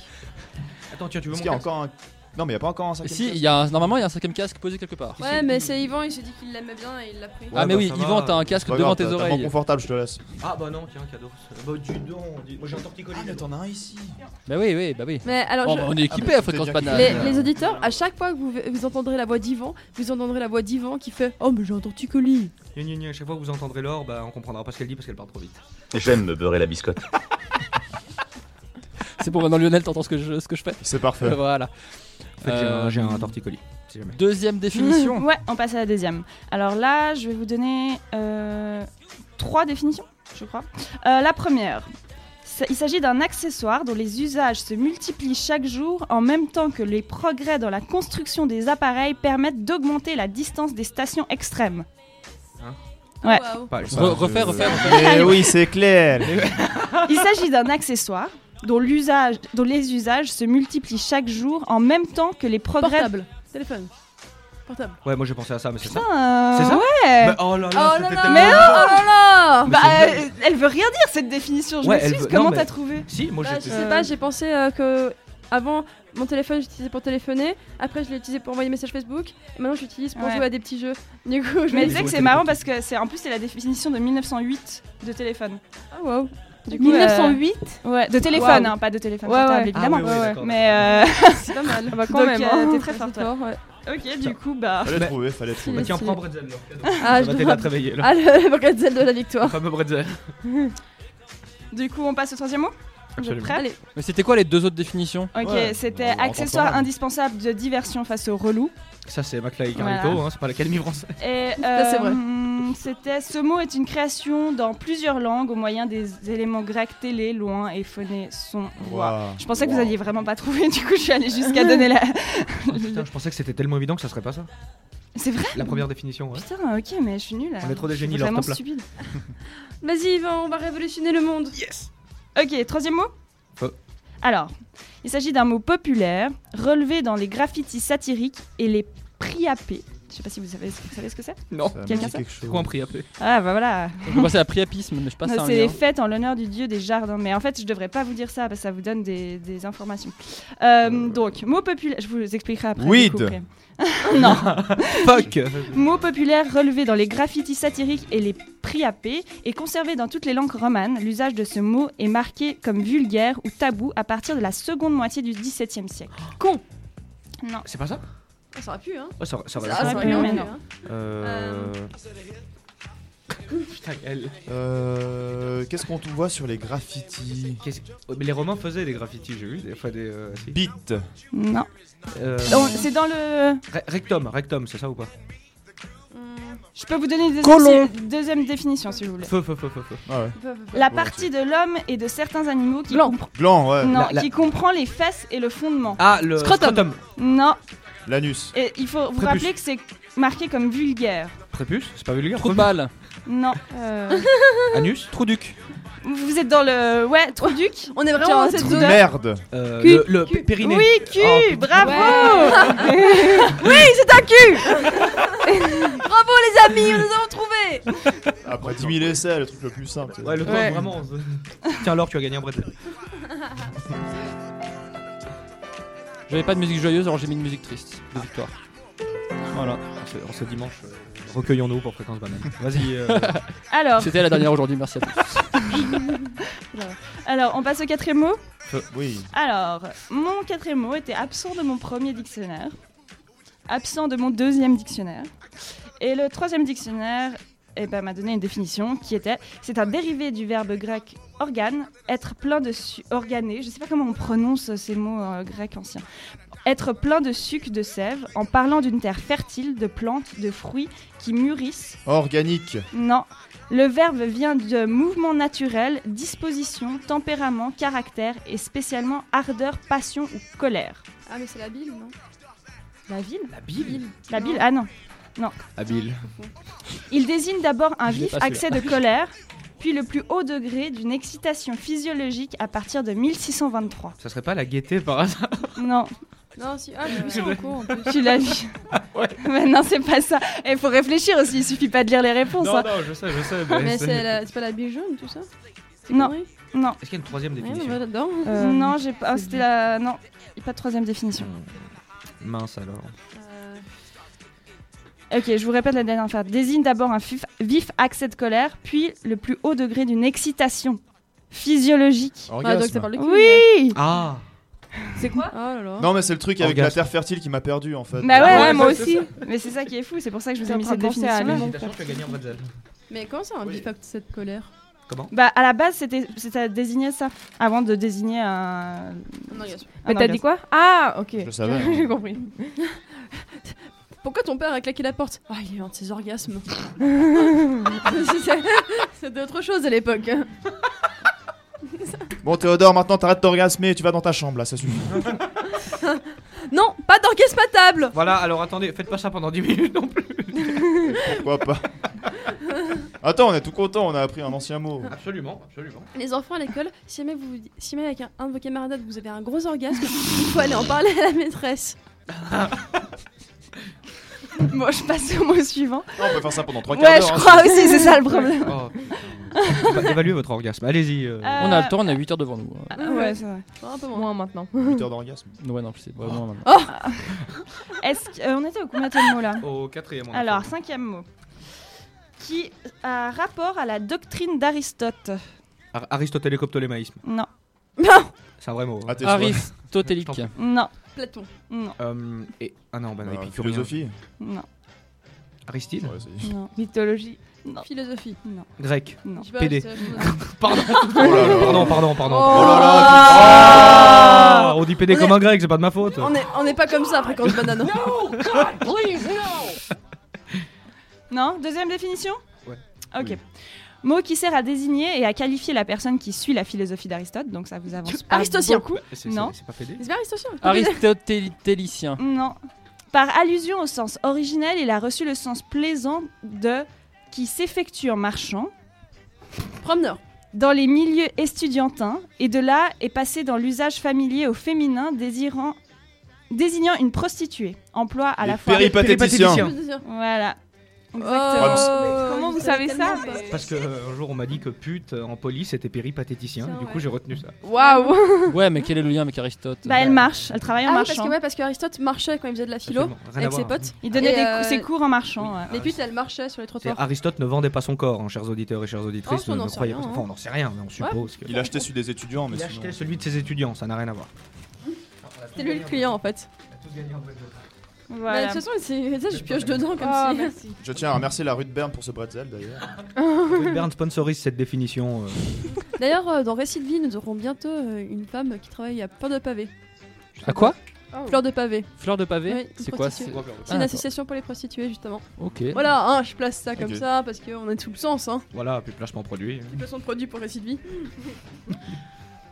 S2: Attends, tiens, tu veux
S10: Est-ce
S2: mon
S10: qu'il y a
S2: casque
S10: encore un. Non, mais y a pas encore un cinquième
S4: Si, il
S10: casque
S4: y a un- normalement, il y a un cinquième casque posé quelque part.
S5: Ouais, mais c'est Yvan, il s'est dit qu'il l'aimait bien et il l'a pris.
S2: Ouais,
S4: Ah, mais
S2: bah,
S4: oui,
S2: ça
S4: Yvan,
S2: va.
S4: t'as un casque
S10: Pas
S4: devant
S10: grave,
S4: tes
S10: t'as- t'as pas
S4: oreilles.
S10: confortable, je te laisse.
S2: Ah bah non, tiens, cadeau. Bah du don. du- Moi j'ai un torticolis. dedans.
S10: Ah, as un ici.
S4: Bah oui, oui, bah oui.
S5: Mais alors,
S4: Oh,
S5: je-
S4: bah, on est équipé à fréquence
S10: bien
S4: banane.
S5: les, les auditeurs, à chaque fois que vous, vous entendrez la voix d'Yvan, vous entendrez la voix d'Yvan qui fait Oh, mais j'ai un torticolis.
S2: Gna, gna, gna, à chaque fois que vous entendrez l'or, bah on comprendra pas ce qu'elle dit parce qu'elle parle trop vite.
S9: J'aime me beurrer la
S2: [LAUGHS]
S9: biscotte.
S4: C'est pour maintenant, Lionel, t'entends ce que je, ce que je fais.
S10: C'est parfait.
S4: [LAUGHS] Voilà.
S2: En fait, j'ai un-
S4: Euh,
S2: j'ai un torticolis. Si jamais.
S4: Deuxième définition.
S6: [LAUGHS] ouais, on passe à la deuxième. Alors là, je vais vous donner euh, trois définitions, je crois. Euh, la première, ça- il s'agit d'un accessoire dont les usages se multiplient chaque jour en même temps que les progrès dans la construction des appareils permettent d'augmenter la distance des stations extrêmes. Ouais.
S5: Waouh.
S2: Pas-
S4: Re- refais, refais, refais.
S10: Mais oui, c'est clair.
S6: [LAUGHS] Il s'agit d'un accessoire dont, l'usage- dont les usages se multiplient chaque jour en même temps que les progrès.
S5: Portable. Téléphone. Portable.
S2: Ouais, moi j'ai pensé à ça, mais c'est ça.
S6: Putain, euh,
S2: C'est ça
S6: ouais.
S2: Mais oh là
S5: Oh
S2: là,
S5: là
S2: c'était
S5: là
S2: tellement-
S5: Oh là là
S6: Bah,
S2: Mais c'est
S6: euh, elle veut rien dire cette définition, je
S2: Ouais, elle
S6: m'excuse,
S2: veut- non,
S6: comment
S2: mais-
S6: t'as trouvé
S2: Si, moi
S5: Bah, je
S2: j'étais.
S5: sais pas, j'ai pensé euh, que avant mon téléphone j'utilisais pour téléphoner, après je l'ai utilisé pour envoyer des messages Facebook, et maintenant j'utilise pour
S6: Ouais.
S5: jouer à des petits jeux. Du coup, je me
S6: Mais tu
S5: dis
S6: sais que c'est marrant parce que c'est en plus c'est la définition de 1908 de téléphone.
S5: ah waouh.
S6: Du coup, euh,
S11: 1908
S6: Ouais, de téléphone,
S5: Waouh.
S6: hein, pas de téléphone
S5: Ouais,
S6: portable
S5: ouais.
S6: évidemment.
S2: Ah ouais, ouais, d'accord,
S6: Mais [LAUGHS] euh,
S2: [LAUGHS]
S5: C'est pas [LAUGHS] mal.
S11: bah, quand
S6: donc,
S11: même,
S6: euh,
S11: hein.
S6: t'es très fort toi.
S5: ouais.
S6: Ok, du coup bah.
S10: Fallait
S2: Mais-
S10: trouver, fallait trouver.
S2: Bah tiens,
S5: si.
S2: prends un bretzel alors. cadeau.
S5: Ah,
S2: Ça
S5: je
S2: va t'aider
S5: dois-
S2: à te réveiller là.
S5: Ah, le le bretzel de la victoire.
S2: Fameux bretzel.
S6: Du coup on passe au troisième mot. Vous êtes
S2: Absolument.
S6: prêts
S5: Allez.
S4: Mais c'était quoi les deux autres définitions
S6: Ok,
S10: Ouais,
S6: c'était
S10: on entend pas
S6: accessoire
S10: mal.
S6: indispensable de diversion face au relou.
S2: Ça c'est McFly et Carlito,
S6: Voilà.
S2: hein, c'est pas l'Académie
S6: [LAUGHS]
S2: française.
S6: Et
S5: Ça, c'est
S6: euh,
S5: vrai.
S6: c'était ce mot est une création dans plusieurs langues au moyen des éléments grecs télé, loin et phoné, son, voix.
S10: Waouh.
S6: Je pensais que vous alliez vraiment pas trouver, du coup je suis allée jusqu'à donner la.
S2: Oh, putain, je pensais que c'était tellement évident que ça serait pas ça.
S6: C'est vrai
S2: La première définition, ouais.
S6: Putain, ok, mais je suis nulle.
S2: On est trop des génies,
S6: Je suis
S2: leur
S6: vraiment
S2: top là.
S6: stupide.
S2: [LAUGHS]
S5: Vas-y, Yvan, on va révolutionner le monde.
S6: Ok, troisième mot
S2: Faux.
S6: Alors, il s'agit d'un mot populaire, relevé dans les graffitis satiriques et les priapés. Je sais pas si vous savez, vous savez ce que c'est
S2: Non.
S10: Ça me
S6: Quelqu'un
S10: dit
S6: ça
S10: quelque chose.
S2: Quoi un prix après
S6: Ah bah voilà
S4: Je vais passer à priapisme, mais je passe à
S6: Non,
S4: un
S6: C'est les
S4: lien.
S6: fêtes en l'honneur du dieu des jardins. Mais en fait, je devrais pas vous dire ça parce que ça vous donne des, des informations. Euh, Donc, mot populaire, je vous expliquerai après.
S10: Weed.
S6: du coup, après. Non
S2: Fuck
S6: Mot populaire relevé dans les graffitis satiriques et les priapés et conservé dans toutes les langues romanes, l'usage de ce mot est marqué comme vulgaire ou tabou à partir de la seconde moitié du XVIIe siècle. Con Non.
S2: C'est pas ça Oh,
S5: Ah, Ça aurait pu, hein.
S2: Ouais, ça, ça va.
S5: Ah,
S6: aurait
S5: ça
S6: pu,
S5: aurait
S6: mais
S5: pu,
S6: non.
S5: hein.
S2: Euh. Putain, elle-
S10: Euh, Qu'est-ce qu'on te voit sur les graffitis
S2: qu'est-ce- Oh, mais les Romains faisaient des graffitis, j'ai vu, des fois des. euh, si.
S10: Bite.
S6: Non.
S2: Euh,
S6: Donc, C'est dans le.
S2: re- rectum, rectum, c'est ça ou pas
S5: Hum,
S6: Je peux vous donner une
S10: Colon.
S6: deuxi- deuxième définition si vous voulez.
S2: Feu, feu, feu, feu, feu.
S10: Ah ouais.
S5: peu, peu, peu.
S6: La partie de l'homme et de certains animaux qui,
S5: Blanc.
S6: compre-
S10: Gland, ouais.
S6: non,
S2: La- la-
S6: qui comprend les fesses et le fondement.
S2: Ah, le
S5: Scrotum.
S6: Non.
S10: L'anus.
S6: Et il faut vous
S2: Prépuce.
S6: rappeler que c'est marqué comme vulgaire.
S2: Prépuce, c'est pas vulgaire.
S5: [LAUGHS]
S4: Trou de balle.
S6: Non.
S2: Anus. Trou duc.
S6: Vous êtes dans le. Ouais, Trouduc.
S5: On est vraiment dans cette
S6: Trou
S5: zone.
S6: d'œuf.
S10: Merde
S2: Euh,
S6: Cul,
S2: le, le
S6: cul.
S2: périnée.
S6: Oui, cul,
S2: Oh, putain.
S6: bravo
S5: [LAUGHS]
S6: [LAUGHS]
S5: Oui, c'est un cul [LAUGHS] Bravo les amis, nous avons trouvé
S10: Après 10 000 essais, le truc le plus simple.
S2: Ouais, le temps,
S6: Ouais.
S2: vraiment. Tiens, Laure, tu as gagné un bretel.
S4: J'avais pas de musique joyeuse, alors j'ai mis une musique triste. De victoire. Voilà.
S2: En ce, en ce dimanche, euh, recueillons-nous pour Fréquence Banane. Vas-y. euh,
S6: [LAUGHS] Alors,
S4: C'était la dernière aujourd'hui, merci à tous.
S6: alors, on passe au quatrième mot
S10: Oui.
S6: Alors, mon quatrième mot était absent de mon premier dictionnaire, absent de mon deuxième dictionnaire. Et le troisième dictionnaire eh ben, m'a donné une définition qui était c'est un dérivé du verbe grec organe, être plein de sucre, organé, je sais pas comment on prononce ces mots euh, grecs anciens. Être plein de suc de sève en parlant d'une terre fertile, de plantes, de fruits qui mûrissent.
S10: Organique.
S6: Non. Le verbe vient de mouvement naturel, disposition, tempérament, caractère et spécialement ardeur, passion ou colère.
S5: Ah, mais c'est la bile, non
S6: La ville
S2: La bile.
S6: La
S5: Non.
S6: bile Ah non.
S2: Habile.
S6: Il désigne d'abord un
S4: Je l'ai
S6: vif
S4: pas,
S6: accès de colère, puis le plus haut degré d'une excitation physiologique à partir de 1623.
S2: Ça serait pas la gaieté par hasard
S6: Non,
S5: Non, si. Ah, j'ai vu ça en cours en plus.
S6: tu l'as vu.
S2: [LAUGHS] Ouais.
S6: Mais non, c'est pas ça. Il faut réfléchir aussi, il suffit pas de lire les réponses. hein.
S2: non, je sais, je sais.
S5: Mais c'est la- c'est pas la bile jaune, tout ça C'est
S6: Non.
S5: connerie
S6: Non,
S2: Est-ce qu'il y a une troisième
S5: Rien
S2: définition
S5: va là-dedans.
S6: Euh, non, j'ai pas. ah, C'était la. Non, y a pas de troisième définition.
S2: Hmm. Mince alors.
S6: Bah
S5: Euh,
S6: Ok, je vous répète la dernière phrase. Désigne d'abord un fif- vif accès de colère, puis le plus haut degré d'une excitation physiologique.
S5: Ah,
S10: Orgasme.
S5: donc ça parle de cul.
S6: Oui
S2: Ah
S5: C'est quoi Oh là là.
S10: Non, mais c'est le truc avec
S2: Orgasme.
S10: la terre fertile qui m'a perdu en fait.
S6: Bah ouais,
S5: Ouais, moi
S2: c'est
S5: aussi.
S6: Mais c'est ça qui est fou, c'est pour ça que je vous
S5: T'es
S6: ai
S5: en
S6: mis
S5: train
S6: cette
S5: de penser à
S6: définition-là.
S5: Aline.
S2: T'as chance, tu as gagné un bretzel.
S5: Mais comment ça, un
S10: Oui.
S5: bif accès de colère
S6: Bah à la base, c'était c'était désigné ça, avant de désigner un.
S5: Un orgasme.
S6: un
S9: Mais t'as
S6: orgasme.
S9: dit quoi Ah, ok.
S10: Je le
S5: [LAUGHS]
S10: savais.
S9: J'ai
S10: hein.
S9: compris.
S5: Pourquoi ton père a claqué la porte Ah, il est un de ses orgasmes. [LAUGHS] C'est- C'était autre chose à l'époque.
S10: Bon, Théodore, maintenant t'arrêtes d'orgasmer et tu vas dans ta chambre là, ça
S2: [LAUGHS]
S10: suffit.
S5: Non, pas d'orgasme à table
S2: Voilà, alors attendez, faites pas ça pendant 10 minutes non plus.
S10: Pourquoi pas Attends, on est tout content, on a appris un ancien mot.
S2: Absolument, absolument.
S5: Les enfants à l'école, si jamais, vous, si jamais avec un, un de vos camarades vous avez un gros orgasme, il faut aller en parler à la maîtresse.
S6: [LAUGHS] Bon, je passe au mot suivant.
S10: Non, on peut faire ça pendant 3 quarts
S6: Ouais, je
S10: d'heure. hein.
S6: crois aussi, c'est ça le problème.
S2: Oh, putain. Évaluez votre orgasme, allez-y. euh.
S6: Euh,
S4: On a le temps, on a 8 heures devant nous. hein.
S6: Ah, Ouais, c'est vrai.
S5: Bon, un peu moins.
S9: Moins maintenant.
S10: Huit heures d'orgasme.
S4: Ouais, non, c'est vraiment
S6: Oh.
S4: maintenant.
S6: Est-ce qu'on était au combien de mots là
S2: Au quatrième. on a
S6: Alors,
S2: fait.
S6: cinquième mot. Qui a rapport à la doctrine d'Aristote.
S2: Ar- Aristotel et coptolémaïsme.
S6: Non,
S2: C'est un vrai mot. hein.
S10: Ah, tes souhaits.
S4: Aristotélique.
S2: Attends.
S6: non,
S5: Platon.
S6: non,
S2: Euh, et... Ah non, bah non,
S10: Euh,
S2: épicurien.
S10: philosophie
S6: non,
S2: Aristide
S10: Ouais, c'est-
S6: non,
S9: Mythologie.
S6: non,
S5: Philosophie.
S2: Grec.
S6: non.
S5: Je sais pas,
S2: PD.
S5: c'est-
S2: [LAUGHS]
S5: je- [LAUGHS]
S2: Pardon
S10: Oh là là.
S2: Pardon, pardon, pardon.
S10: Oh là là,
S2: Ah, on dit PD
S5: On
S2: comme
S5: est-
S2: un grec, c'est pas de ma faute.
S5: On est, on est pas comme ça après quand je banane.
S6: Non Deuxième définition
S2: Ouais.
S6: Ok.
S10: Oui.
S6: Mot qui sert à désigner et à qualifier la personne qui suit la philosophie d'Aristote, donc ça vous avance pas.
S5: Aristotien.
S6: beaucoup.
S2: Bah, C'est- c'est-
S6: Non.
S2: C'est pas PD
S5: C'est bien Aristotien.
S4: Aristotélicien.
S6: Non. Par allusion au sens originel, il a reçu le sens plaisant de qui s'effectue en marchant
S5: Promeneur.
S6: dans les milieux estudiantins et de là est passé dans l'usage familier au féminin désirant désignant une prostituée. Emploi à
S10: Les
S6: la fois.
S10: péri- Péripatéticien.
S5: Je veux dire.
S6: Voilà.
S5: Oh,
S9: Comment vous
S5: je
S9: savez
S5: savais
S9: ça
S5: tellement pas.
S2: Parce que euh, un jour on m'a dit que pute euh, en police c'était péripatéticien,
S5: Tiens,
S2: du coup
S5: ouais.
S2: j'ai retenu ça.
S9: Waouh
S4: [LAUGHS] Ouais, mais quel est le lien avec Aristote
S6: Bah elle marche, elle travaille en
S5: Ah, oui, parce
S6: marchant.
S5: que, ouais, parce que Aristote marchait quand il faisait de la philo
S2: Absolument, rien à
S5: avec ses
S2: voir. hein.
S5: potes.
S6: Il donnait
S5: Et,
S6: des cou-
S5: euh,
S6: ses cours en marchant. ouais.
S5: Les putes, elles marchaient sur les
S2: C'est
S5: trottoirs.
S2: Aristote ne vendait pas son corps, hein, chers auditeurs et chères auditrices.
S5: Oh, on
S2: ne-
S5: en
S2: ne
S5: sait
S2: croyez
S5: rien,
S2: pas-
S5: hein.
S2: Enfin, on n'en sait rien, mais on suppose que.
S10: Il achetait celui des étudiants, mais
S2: Il
S10: sinon- euh,
S2: achetait celui de ses étudiants, ça n'a rien à
S5: [LAUGHS]
S2: voir.
S5: C'était lui le client en fait. Mais de
S6: Voilà. Oh,
S5: toute façon, c'est- ça, je pioche
S4: bah,
S5: dedans comme
S9: Ah,
S5: si.
S9: merci.
S10: Je tiens à remercier la rue de Berne pour ce bretzel d'ailleurs.
S2: Bern sponsorise cette définition. euh,
S5: [LAUGHS] D'ailleurs, euh, dans Récit de vie, nous aurons bientôt euh, une femme qui travaille à Fleur de Pavé.
S4: À quoi
S5: Fleur de Pavé,
S4: Fleur de pavé
S5: Oui,
S4: C'est
S5: une
S4: quoi c'est-
S5: prostituée. c'est
S4: Ah,
S5: une
S4: d'accord.
S5: association pour les prostituées justement.
S4: Ok.
S5: Voilà, hein, je place ça comme
S10: Ok.
S5: ça parce qu'on est tout le sens. Hein.
S2: Voilà, puis placement produit.
S5: Petit placement de produit pour Récit de vie.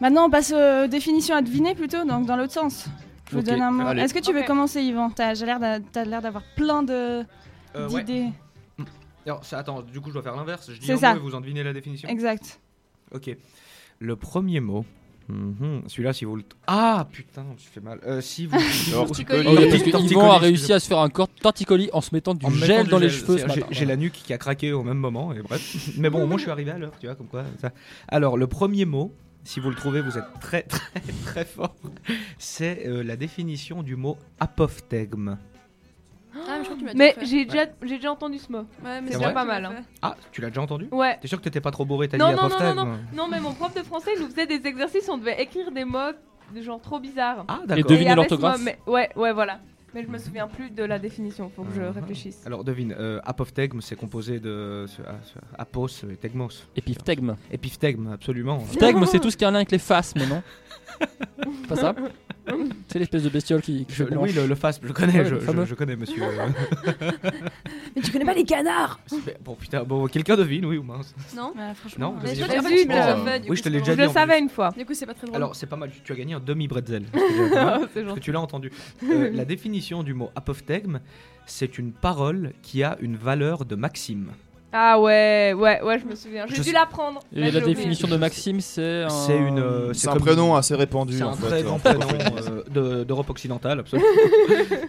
S6: Maintenant, on passe aux définitions à deviner plutôt, donc dans l'autre sens. Je vous
S2: Ok.
S6: donne un mot.
S10: Allez.
S6: Est-ce que tu veux
S9: Ok.
S6: commencer, Yvan T'as j'ai l'air d'a- t'as l'air d'avoir plein de
S2: Euh, ouais.
S6: d'idées.
S2: Alors, ça- attends, du coup je dois faire l'inverse. Je dis
S6: C'est
S2: un
S6: ça.
S2: mot et vous en devinez la définition.
S6: Exact.
S2: Ok. Le premier mot. Mhm. Celui-là, si vous le. Ah
S6: [LAUGHS]
S2: putain, je fais mal. Euh, si vous.
S5: Torticolis.
S4: Oh,
S5: oui,
S4: oui, parce que
S2: Torticolis,
S4: Yvan a
S2: excusez-moi.
S4: réussi à se faire un corps torticolis en se mettant du
S2: En me
S4: gel
S2: mettant
S4: dans les
S2: gel,
S4: cheveux. ce
S2: c'est-à-dire,
S4: matin.
S2: J'ai j'ai la nuque qui a craqué au même moment, et bref. [LAUGHS] Mais bon, moi je suis arrivé à l'heure, tu vois, comme quoi. ça. Alors, le premier mot, si vous le trouvez, vous êtes très, [LAUGHS] très, très fort. C'est euh, la définition du mot apophthegme.
S5: Ah, mais je crois que tu m'as
S9: Mais
S5: déjà fait.
S9: j'ai déjà, j'ai déjà entendu ce mot.
S5: Ouais, mais
S2: C'est
S5: c'est
S2: vrai
S5: déjà pas mal.
S9: hein.
S5: hein.
S2: Ah, tu l'as déjà entendu
S9: Ouais.
S2: T'es sûr que t'étais pas trop bourré, t'as dit
S9: Non, non, non,
S2: apophthegme
S9: Non, mais mon prof de français, il nous faisait des exercices, on devait écrire des mots de genre trop bizarres.
S2: Ah,
S4: Et
S2: d'accord.
S9: Et
S4: devine-
S9: il y avait ce
S4: l'orthographe.
S9: mot, mais- Ouais, ouais, voilà. Mais je me souviens plus de la définition, faut que je
S2: Ah.
S9: réfléchisse.
S2: Alors, devine, euh, apophthegme, c'est composé de ce- ah, ce- apos et tegmos.
S4: Épiphtègme.
S2: Épiphtègme,
S4: [LAUGHS]
S2: absolument.
S4: Phthegme, c'est tout ce qui a un lien avec les phasmes, non Pas ça C'est l'espèce de bestiole qui. qui
S2: Je-
S4: blanche.
S2: oui, le, le phasme, je connais,
S4: Ouais,
S2: je,
S4: le fameux.
S2: je- je connais, monsieur.
S5: [LAUGHS] Mais tu connais pas les canards
S2: Mais bon, putain, bon, quelqu'un devine, oui ou mince
S5: Non
S6: Ouais, franchement,
S2: Non,
S6: euh,
S5: Mais
S2: devine.
S5: toi,
S9: Vas-y,
S5: tu en fait, tu
S9: mais-
S5: l'as déjà fait. du
S2: Oui,
S5: coup,
S2: je te
S5: c'est
S2: l'ai
S5: bon.
S2: déjà
S9: Je
S2: dit.
S9: le
S2: en
S9: savais
S2: plus.
S9: une fois.
S5: Du coup, c'est pas très drôle.
S2: Alors, c'est pas mal, tu- tu as gagné
S9: [LAUGHS]
S2: un demi-bretzel. parce que j'ai- parce
S9: C'est
S2: que
S9: gentil.
S2: tu
S9: [LAUGHS]
S2: l'as entendu. Euh, la définition du mot apophthegme, c'est une parole qui a une valeur de maxime.
S9: Ah ouais, ouais, ouais, je me souviens.
S2: Je
S9: J'ai
S2: sais-
S9: dû l'apprendre.
S4: Et
S9: mais
S4: la
S9: j'ai oublié.
S4: définition de Maxime, c'est. un-
S2: C'est une. euh,
S10: C'est un
S2: comme-
S10: prénom assez répandu
S2: C'est un
S10: en fait.
S2: très
S10: en
S2: grand prénom
S10: francophonie.
S2: euh, de- d'Europe occidentale,
S9: [LAUGHS]
S2: absolument.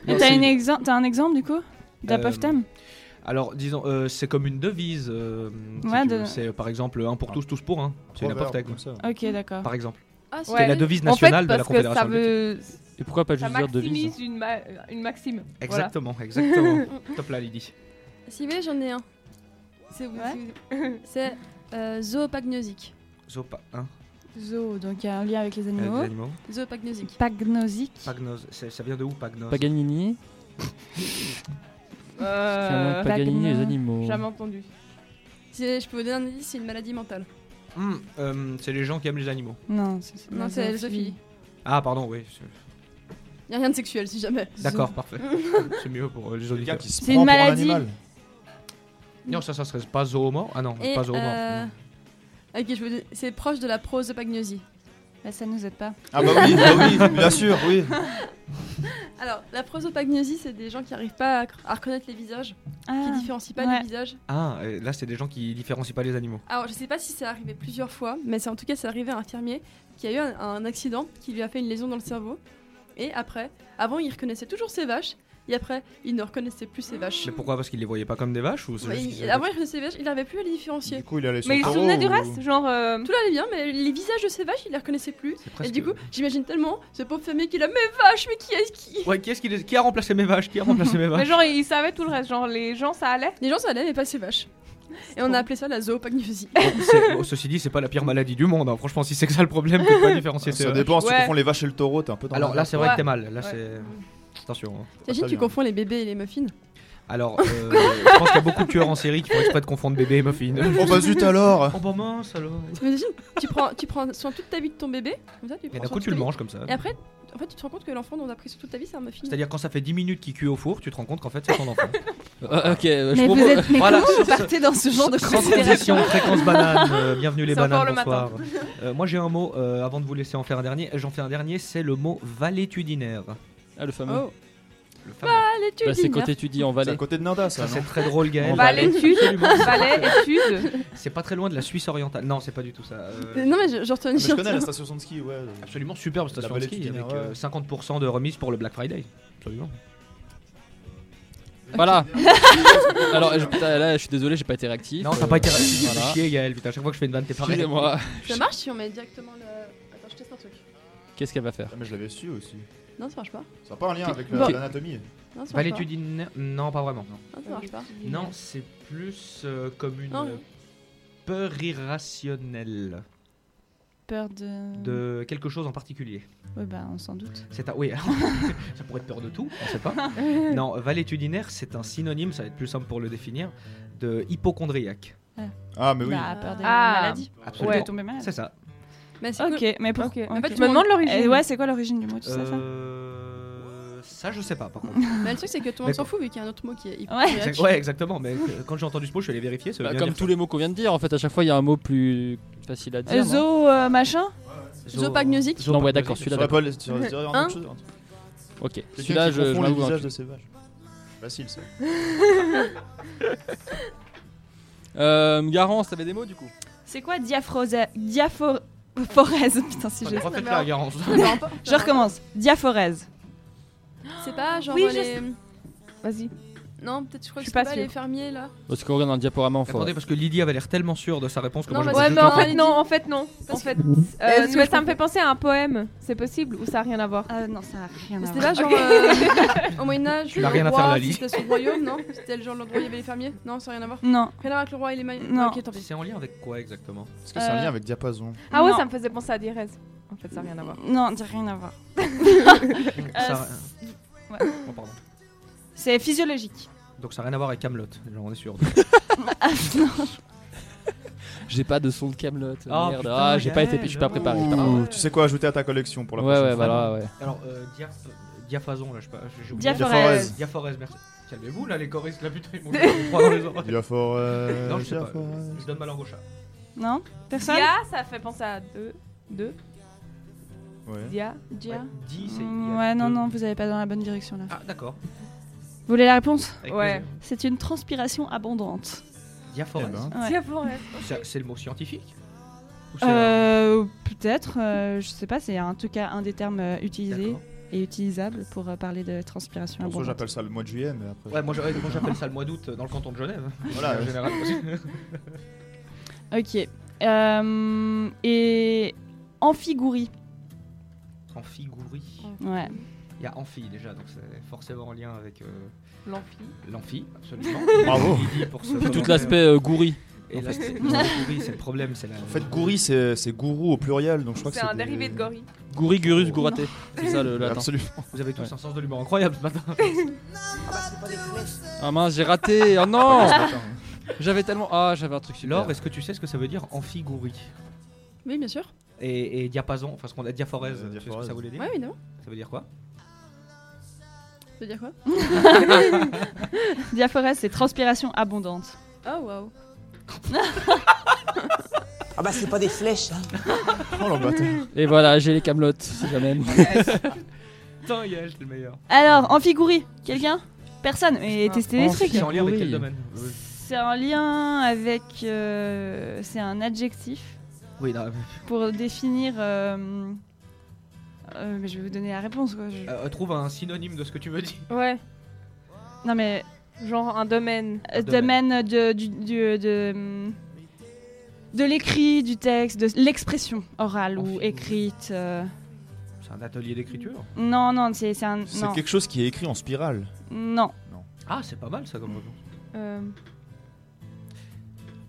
S6: Et
S2: Non,
S6: t'as
S2: c'est-
S6: une exem- t'as un exemple du coup
S2: Euh,
S6: D'Apophthegme
S2: Alors, disons, euh, c'est comme une devise. euh, si
S6: Ouais,
S2: tu veux.
S6: de-
S2: C'est euh, par exemple un pour tous, tous pour un. C'est une
S10: Proverbe,
S2: apophthegme,
S10: Ah. comme ça.
S6: Ok, d'accord.
S2: par exemple.
S5: Ah, c'est
S9: Ouais.
S2: C'est la devise
S9: En fait,
S2: nationale de la
S9: parce que ça
S2: Confédération. helvétique.
S9: veut.
S4: Et pourquoi pas
S9: Ça
S4: juste dire devise hein
S9: maximise une, ma- une maxime. Voilà.
S2: Exactement,
S9: [LAUGHS]
S2: exactement. Top là, Lydie.
S5: Si mais j'en ai un. C'est
S9: Ouais.
S5: C'est euh, zoopagnosique.
S2: Zopa, hein,
S6: Zoo, donc il y a un lien avec les
S2: avec
S6: animaux.
S2: les animaux.
S5: Zoopagnosique.
S6: Pagnosique.
S2: Pagnos, c'est- ça vient de où,
S4: [LAUGHS]
S2: Pagnos
S4: Paganini,
S9: Euh,
S4: Paganini, les
S6: Pagna-
S4: animaux.
S9: Jamais entendu.
S5: C'est- Je peux vous donner un indice, c'est une maladie mentale.
S2: Hmm, euh, c'est les gens qui aiment les animaux.
S6: Non, c'est- c'est
S5: Non, c'est zoophilie.
S2: Ah, pardon, oui. c'est-
S5: Il a rien de sexuel, si jamais.
S2: D'accord, [LAUGHS]
S5: [LAUGHS]
S2: parfait. c'est mieux pour euh, les
S10: Le gars
S2: auditeurs.
S10: qui se
S6: C'est
S10: prend
S6: une
S10: pour un
S6: maladie.
S10: animal.
S2: Non, ça, ça serait pas zoomorphe. Ah non,
S5: Et,
S2: pas zoomorphe.
S5: euh,
S2: non.
S5: Ok, je vous dis, c'est proche de la prosopagnosie.
S6: Bah, ça nous aide pas.
S10: Ah bah oui, bah oui, bien sûr, oui.
S5: [LAUGHS] Alors, la prosopagnosie, c'est des gens qui n'arrivent pas à, cr- à reconnaître les visages,
S6: Ah,
S5: qui différencient pas
S6: ouais.
S5: les visages.
S2: Ah, et là, c'est des gens qui différencient pas les animaux.
S5: Alors, je sais pas si c'est arrivé plusieurs fois, mais c'est en tout cas, c'est arrivé à un infirmier qui a eu un, un accident qui lui a fait une lésion dans le cerveau. Et après, avant, il reconnaissait toujours ses vaches, et après, il ne reconnaissait plus ses vaches.
S2: Mais pourquoi Parce qu'ils les voyaient pas comme des vaches ou c'est
S5: Ouais,
S2: juste
S5: il-
S2: qu'ils-
S5: avant, il reconnaissait ses vaches, il n'arrivait plus à les
S10: Du
S5: différencier.
S10: coup, il allait sur
S9: Mais
S10: le
S9: il se
S10: taureau
S9: souvenait du
S10: ou-
S9: reste, genre. euh,
S5: Tout allait bien, mais les visages de ses vaches, il les reconnaissait plus.
S2: c'est
S5: Et
S2: presque-
S5: du coup, j'imagine tellement ce pauvre fermier qui a mes vaches, mais qui est
S10: [LAUGHS]
S5: qui
S2: Ouais, qui, est-ce qui, les- qui a remplacé mes vaches Qui a remplacé
S5: [LAUGHS]
S2: mes
S9: Mais
S2: vaches
S9: genre, il il savait tout le reste. Genre, les gens, ça allait.
S5: Les gens s'en allaient, mais pas ses vaches. Et on a appelé ça la zoopagnosie.
S10: Oh,
S2: Bon, c'est- bon, Ceci dit, c'est pas la pire maladie du monde. hein. Franchement, si c'est que ça le problème, t'es pas différencier.
S10: Ça
S2: tes vaches.
S10: dépend, si tu
S9: Ouais.
S10: confonds les vaches et le taureau, t'es un peu dans
S2: Alors
S10: la
S2: là,
S10: merde.
S2: c'est vrai
S9: Ouais.
S2: que t'es mal.
S9: Ouais.
S2: Là, c'est. Attention. hein.
S5: T'imagines,
S10: très
S5: tu
S10: bien.
S5: confonds les bébés et les muffins
S2: Alors, euh, je pense qu'il y a beaucoup de tueurs en série qui font exprès de confondre bébé et muffin.
S10: Oh bah zut
S2: [LAUGHS]
S10: alors
S2: Oh bah mince alors
S5: T'imagines, tu prends, tu prends soin toute ta vie de ton bébé, comme ça, tu
S2: Et
S5: prends
S2: d'un
S5: soin
S2: coup,
S5: toute
S2: tu le
S5: ta vie.
S2: manges comme ça.
S5: Et après, en fait, tu te rends compte que l'enfant dont on a pris soin toute ta vie, c'est un muffin.
S2: C'est-à-dire, quand ça fait 10 minutes qu'il cuit au four, tu te rends compte qu'en fait, c'est ton enfant.
S4: Ah, ok, [LAUGHS] euh, je
S6: Mais vous
S4: propose-
S6: êtes. Mais
S2: Voilà,
S6: comment vous
S2: c'est ça.
S6: partez dans ce genre de
S2: Sans
S6: considération
S2: transition,
S6: [LAUGHS]
S2: fréquence banane, euh, bienvenue les
S9: C'est encore le
S2: bananes, bonsoir. Euh, moi, j'ai un mot, euh, avant de vous laisser en faire un dernier, j'en fais un dernier, c'est le mot valétudinaire.
S4: Ah, le fameux.
S5: Oh,
S2: Le fameux.
S5: allez, tu
S4: Bah,
S5: dis.
S4: c'est quand t'étudies en
S10: C'est à
S4: Valais.
S10: côté de Nanda ça,
S2: Ça, c'est
S10: non
S2: très drôle, Gaël.
S4: En
S9: Bah,
S4: Valais.
S9: l'étude.
S2: Absolument.
S9: [LAUGHS] Valais, étude.
S2: [LAUGHS] C'est pas très loin de la Suisse orientale. Non, c'est pas du tout ça. euh,
S5: Non, mais je, je retiens
S10: Ah, Mais je connais la station de ski, ouais.
S2: Absolument superbe station
S10: La
S2: de ski avec
S10: valétudinaire,
S2: euh,
S10: ouais.
S2: 50% de remise pour le Black Friday. Absolument.
S9: [LAUGHS]
S4: Voilà. Alors, je, putain, là, je suis désolé, j'ai pas été réactif.
S2: Non,
S4: Euh,
S2: t'as pas été
S4: voilà.
S2: chier, Gaël. Putain, à chaque fois que je fais une vanne, t'es pas
S4: Excusez-moi. Bah,
S5: Ça marche si on met directement le. Attends, je teste un truc.
S4: Qu'est-ce qu'elle va faire
S10: Ah, Mais je l'avais su aussi.
S5: Non, ça marche pas.
S10: Ça n'a pas un lien avec
S4: Bon.
S10: la- l'anatomie.
S5: Non, ça marche pas.
S2: Valétudinaire Non, pas vraiment.
S5: Non, ça marche pas.
S2: Non, c'est plus euh, comme une
S5: Non.
S2: euh, peur irrationnelle
S6: Peur de.
S2: de quelque chose en particulier.
S6: Ouais, bah, on s'en doute.
S2: C'est un... Oui, [LAUGHS] ça pourrait être peur de tout, on sait
S6: [LAUGHS]
S2: pas. non, valétudinaire, c'est un synonyme, ça va être plus simple pour le définir, de hypochondriaque.
S10: Ah, mais oui.
S6: Bah, peur de
S9: Ah.
S6: la maladie.
S2: Absolument.
S6: De tomber malade.
S2: C'est ça.
S5: Mais c'est cool.
S6: Ok, mais pourquoi
S9: Ok.
S5: En fait,
S6: Ok.
S5: tu me demandes
S6: Eh
S5: l'origine.
S6: ouais, c'est quoi l'origine du mot, tu sais ça
S2: Euh... Ça, je sais pas, par contre.
S5: [LAUGHS] Mais le truc, c'est que tout le monde s'en
S2: D'accord.
S5: fout vu qu'il y a un autre mot qui est hyper.
S6: [LAUGHS] Ouais.
S2: Exact- Ouais, exactement. Mais euh, quand j'ai entendu ce mot, je suis allé vérifier. Ça veut
S4: Bah,
S2: bien
S4: Comme
S2: dire
S4: tous les mots qu'on vient de dire, en fait, à chaque fois, il y a un mot plus facile à dire.
S6: Euh,
S4: non
S6: Zoo, euh, machin
S2: Zo-
S5: Zoopagnosie.
S2: Zo-
S4: Non, ouais, d'accord,
S10: Tu
S4: celui-là.
S10: l'as
S4: d'accord.
S10: pas le- tu aurais dit un
S5: Hein
S10: autre chose, un truc.
S4: Ok,
S10: Quelqu'un
S4: celui-là,
S10: qui
S4: je. je
S10: confond les
S4: m'avoue un
S10: visages
S2: hein.
S4: truc.
S10: de ces vaches. Facile ça.
S9: [LAUGHS]
S4: Euh, Garance, t'avais des mots du coup
S6: C'est quoi diaphrose-
S9: [LAUGHS]
S6: diapho- Diaphorèse Putain, si j'ai.
S2: Refaites la Garance.
S6: Je recommence. Diaphorèse.
S5: C'est pas genre
S9: Oui, je
S5: les.
S6: Vas-y.
S5: Non, peut-être je crois que
S6: Je suis
S5: c'est
S6: pas
S5: pas,
S6: sûre.
S5: les fermiers là.
S4: Parce qu'on regarde un diaporama en forêt.
S2: Attendez, parce que Lydie avait l'air tellement sûre de sa réponse que
S5: Non,
S2: moi
S5: parce
S2: je
S9: Ouais,
S5: que-
S2: me
S9: mais
S2: suis
S9: en
S2: dit,
S5: Attends.
S9: fait, non, en fait, non. En fait,
S5: Est-ce
S9: euh,
S5: que
S9: mais
S5: je
S9: ça me fait penser à un poème. C'est possible ou ça a rien à voir
S6: Ah non, ça a rien à
S5: C'était pas
S6: voir.
S9: [LAUGHS]
S5: genre.
S6: [LAUGHS]
S5: euh, au Moyen-Âge,
S2: Tu
S5: le
S2: n'as rien à faire,
S5: roi,
S2: Lali.
S5: C'était son
S9: [LAUGHS]
S5: royaume, non C'était le genre l'endroit où il y avait les fermiers Non, ça n'a rien à voir.
S6: Non.
S5: Rien à voir avec le roi et les mailles.
S6: Non.
S5: Ok, tant pis.
S2: C'est en lien avec quoi exactement
S10: Est-ce que c'est un
S6: Euh.
S10: lien avec diapason
S9: Ah ouais,
S6: Non.
S9: ça me faisait penser à Direz. En fait, ça a rien à voir.
S6: Non, dis rien [LAUGHS] à voir.
S2: Ça-
S6: Euh, ouais.
S2: Oh, pardon.
S6: C'est physiologique.
S2: Donc ça n'a rien à voir avec Camelot, on est
S6: [LAUGHS]
S2: sûr.
S4: Ah,
S2: [LAUGHS]
S4: J'ai pas de son de Camelot.
S2: Ah,
S4: merde.
S2: putain, bah
S4: Ah, j'ai pas été.
S2: Gaël,
S4: Je suis pas préparé. je suis pas préparé.
S10: Ouh, Tu sais quoi ajouter à ta collection pour la
S4: Ouais,
S10: prochaine
S4: ouais,
S10: fois
S4: voilà, Ah ouais.
S2: Alors, euh, dia- euh, diaphason, là, je sais pas. j'ai oublié.
S6: Diaphorèse.
S2: Diaphorèse, merci. Calmez-vous, là, les choristes, la putain, ils m'ont mis trois dans les oreilles.
S10: Diaphorèse.
S2: Non, je sais pas.
S10: diaphorèse.
S2: Je donne ma langue au chat.
S6: Non Personne
S9: Dia, ça fait penser à deux. Deux.
S10: Ouais.
S9: Dia.
S2: Ouais,
S9: Dia. Mm.
S2: Di, c'est. il y a
S6: Mm, Ouais, non,
S2: deux-
S6: non, vous avez pas dans la bonne direction là.
S2: Ah, d'accord.
S6: Vous voulez la réponse
S2: Avec
S9: Ouais.
S2: plaisir.
S6: C'est une transpiration abondante.
S2: Diaphorèse.
S10: Eh ben.
S6: Ouais.
S9: Dia Forest.
S2: Ça, C'est le mot scientifique Ou c'est un-
S6: Euh, peut-être, euh, je sais pas, c'est en tout cas un des termes euh, utilisés
S2: D'accord.
S6: et utilisables pour euh, parler de transpiration
S10: En soi,
S6: abondante.
S10: j'appelle ça le mois de juillet, mais après.
S2: Ouais, moi, je- ouais, moi, j'appelle ça le mois d'août euh, dans le canton de Genève.
S10: Voilà,
S2: en
S10: ouais.
S2: général.
S6: [LAUGHS] Ok. Euh, et amphigourie.
S2: Amphigourie.
S6: Ouais.
S2: Il y a amphi déjà, donc c'est forcément en lien avec euh,
S9: L'amphi.
S2: l'amphi, absolument.
S10: Bravo.
S2: Lydie pour ce
S4: Puis [LAUGHS] tout
S2: commentaire.
S4: l'aspect euh, gouri.
S2: Et
S4: en
S2: là,
S10: [LAUGHS]
S4: fait.
S2: c'est- non, gourri, c'est le problème, c'est la.
S10: En fait, gouri, c'est c'est gourou au pluriel, donc je crois que
S9: C'est
S10: c'est.
S9: un
S10: des-
S9: dérivé de gorille.
S4: Gouri, gurus, gouraté. C'est ça le latin.
S10: Absolument.
S2: Vous avez tous
S4: Ouais.
S2: un sens de l'humour incroyable ce matin.
S4: Ah mince, j'ai raté. Oh
S2: [LAUGHS]
S4: non
S10: Attends.
S4: J'avais tellement. Ah, j'avais un truc super.
S2: Laure, est-ce que tu sais ce que ça veut dire amphigouri
S5: [LAUGHS] Oui, bien sûr.
S2: et, et diapason, enfin ce qu'on a diaphorèse,
S10: Euh,
S2: tu sais ce que
S10: diaphorèse.
S2: ça voulait dire
S5: Ouais, évidemment.
S2: Ça veut dire [LAUGHS] quoi
S5: Ça veut
S9: [LAUGHS]
S5: dire quoi
S6: [LAUGHS] Diaphorèse, c'est transpiration abondante.
S5: Oh waouh.
S1: Ah bah c'est pas des flèches hein.
S10: Oh l'embâtard.
S4: Et voilà, j'ai les camelotes, si jamais.
S6: [LAUGHS]
S2: Putain, Yael, c'est le meilleur.
S6: Alors, amphigourie, quelqu'un Personne. Et tester des trucs.
S2: C'est Ah, en lien avec quel
S4: Gourri.
S2: domaine
S6: C'est en lien avec. euh, c'est un adjectif
S2: Oui, non,
S6: pour définir. euh, euh, mais je vais vous donner la réponse quoi. Je-
S2: euh, trouve un synonyme de ce que tu veux dire.
S9: Ouais.
S6: Non mais
S9: Genre un domaine.
S6: Euh,
S2: domaine.
S6: domaine de, du, du- de, de l'écrit, du texte, de l'expression orale ou
S2: Amphigourie.
S6: écrite. euh.
S2: C'est un atelier d'écriture
S6: Non, non, c'est c'est un.
S10: C'est
S6: Non.
S10: quelque chose qui est écrit en spirale.
S6: non.
S2: Ah, c'est pas mal ça comme réponse.
S9: Euh,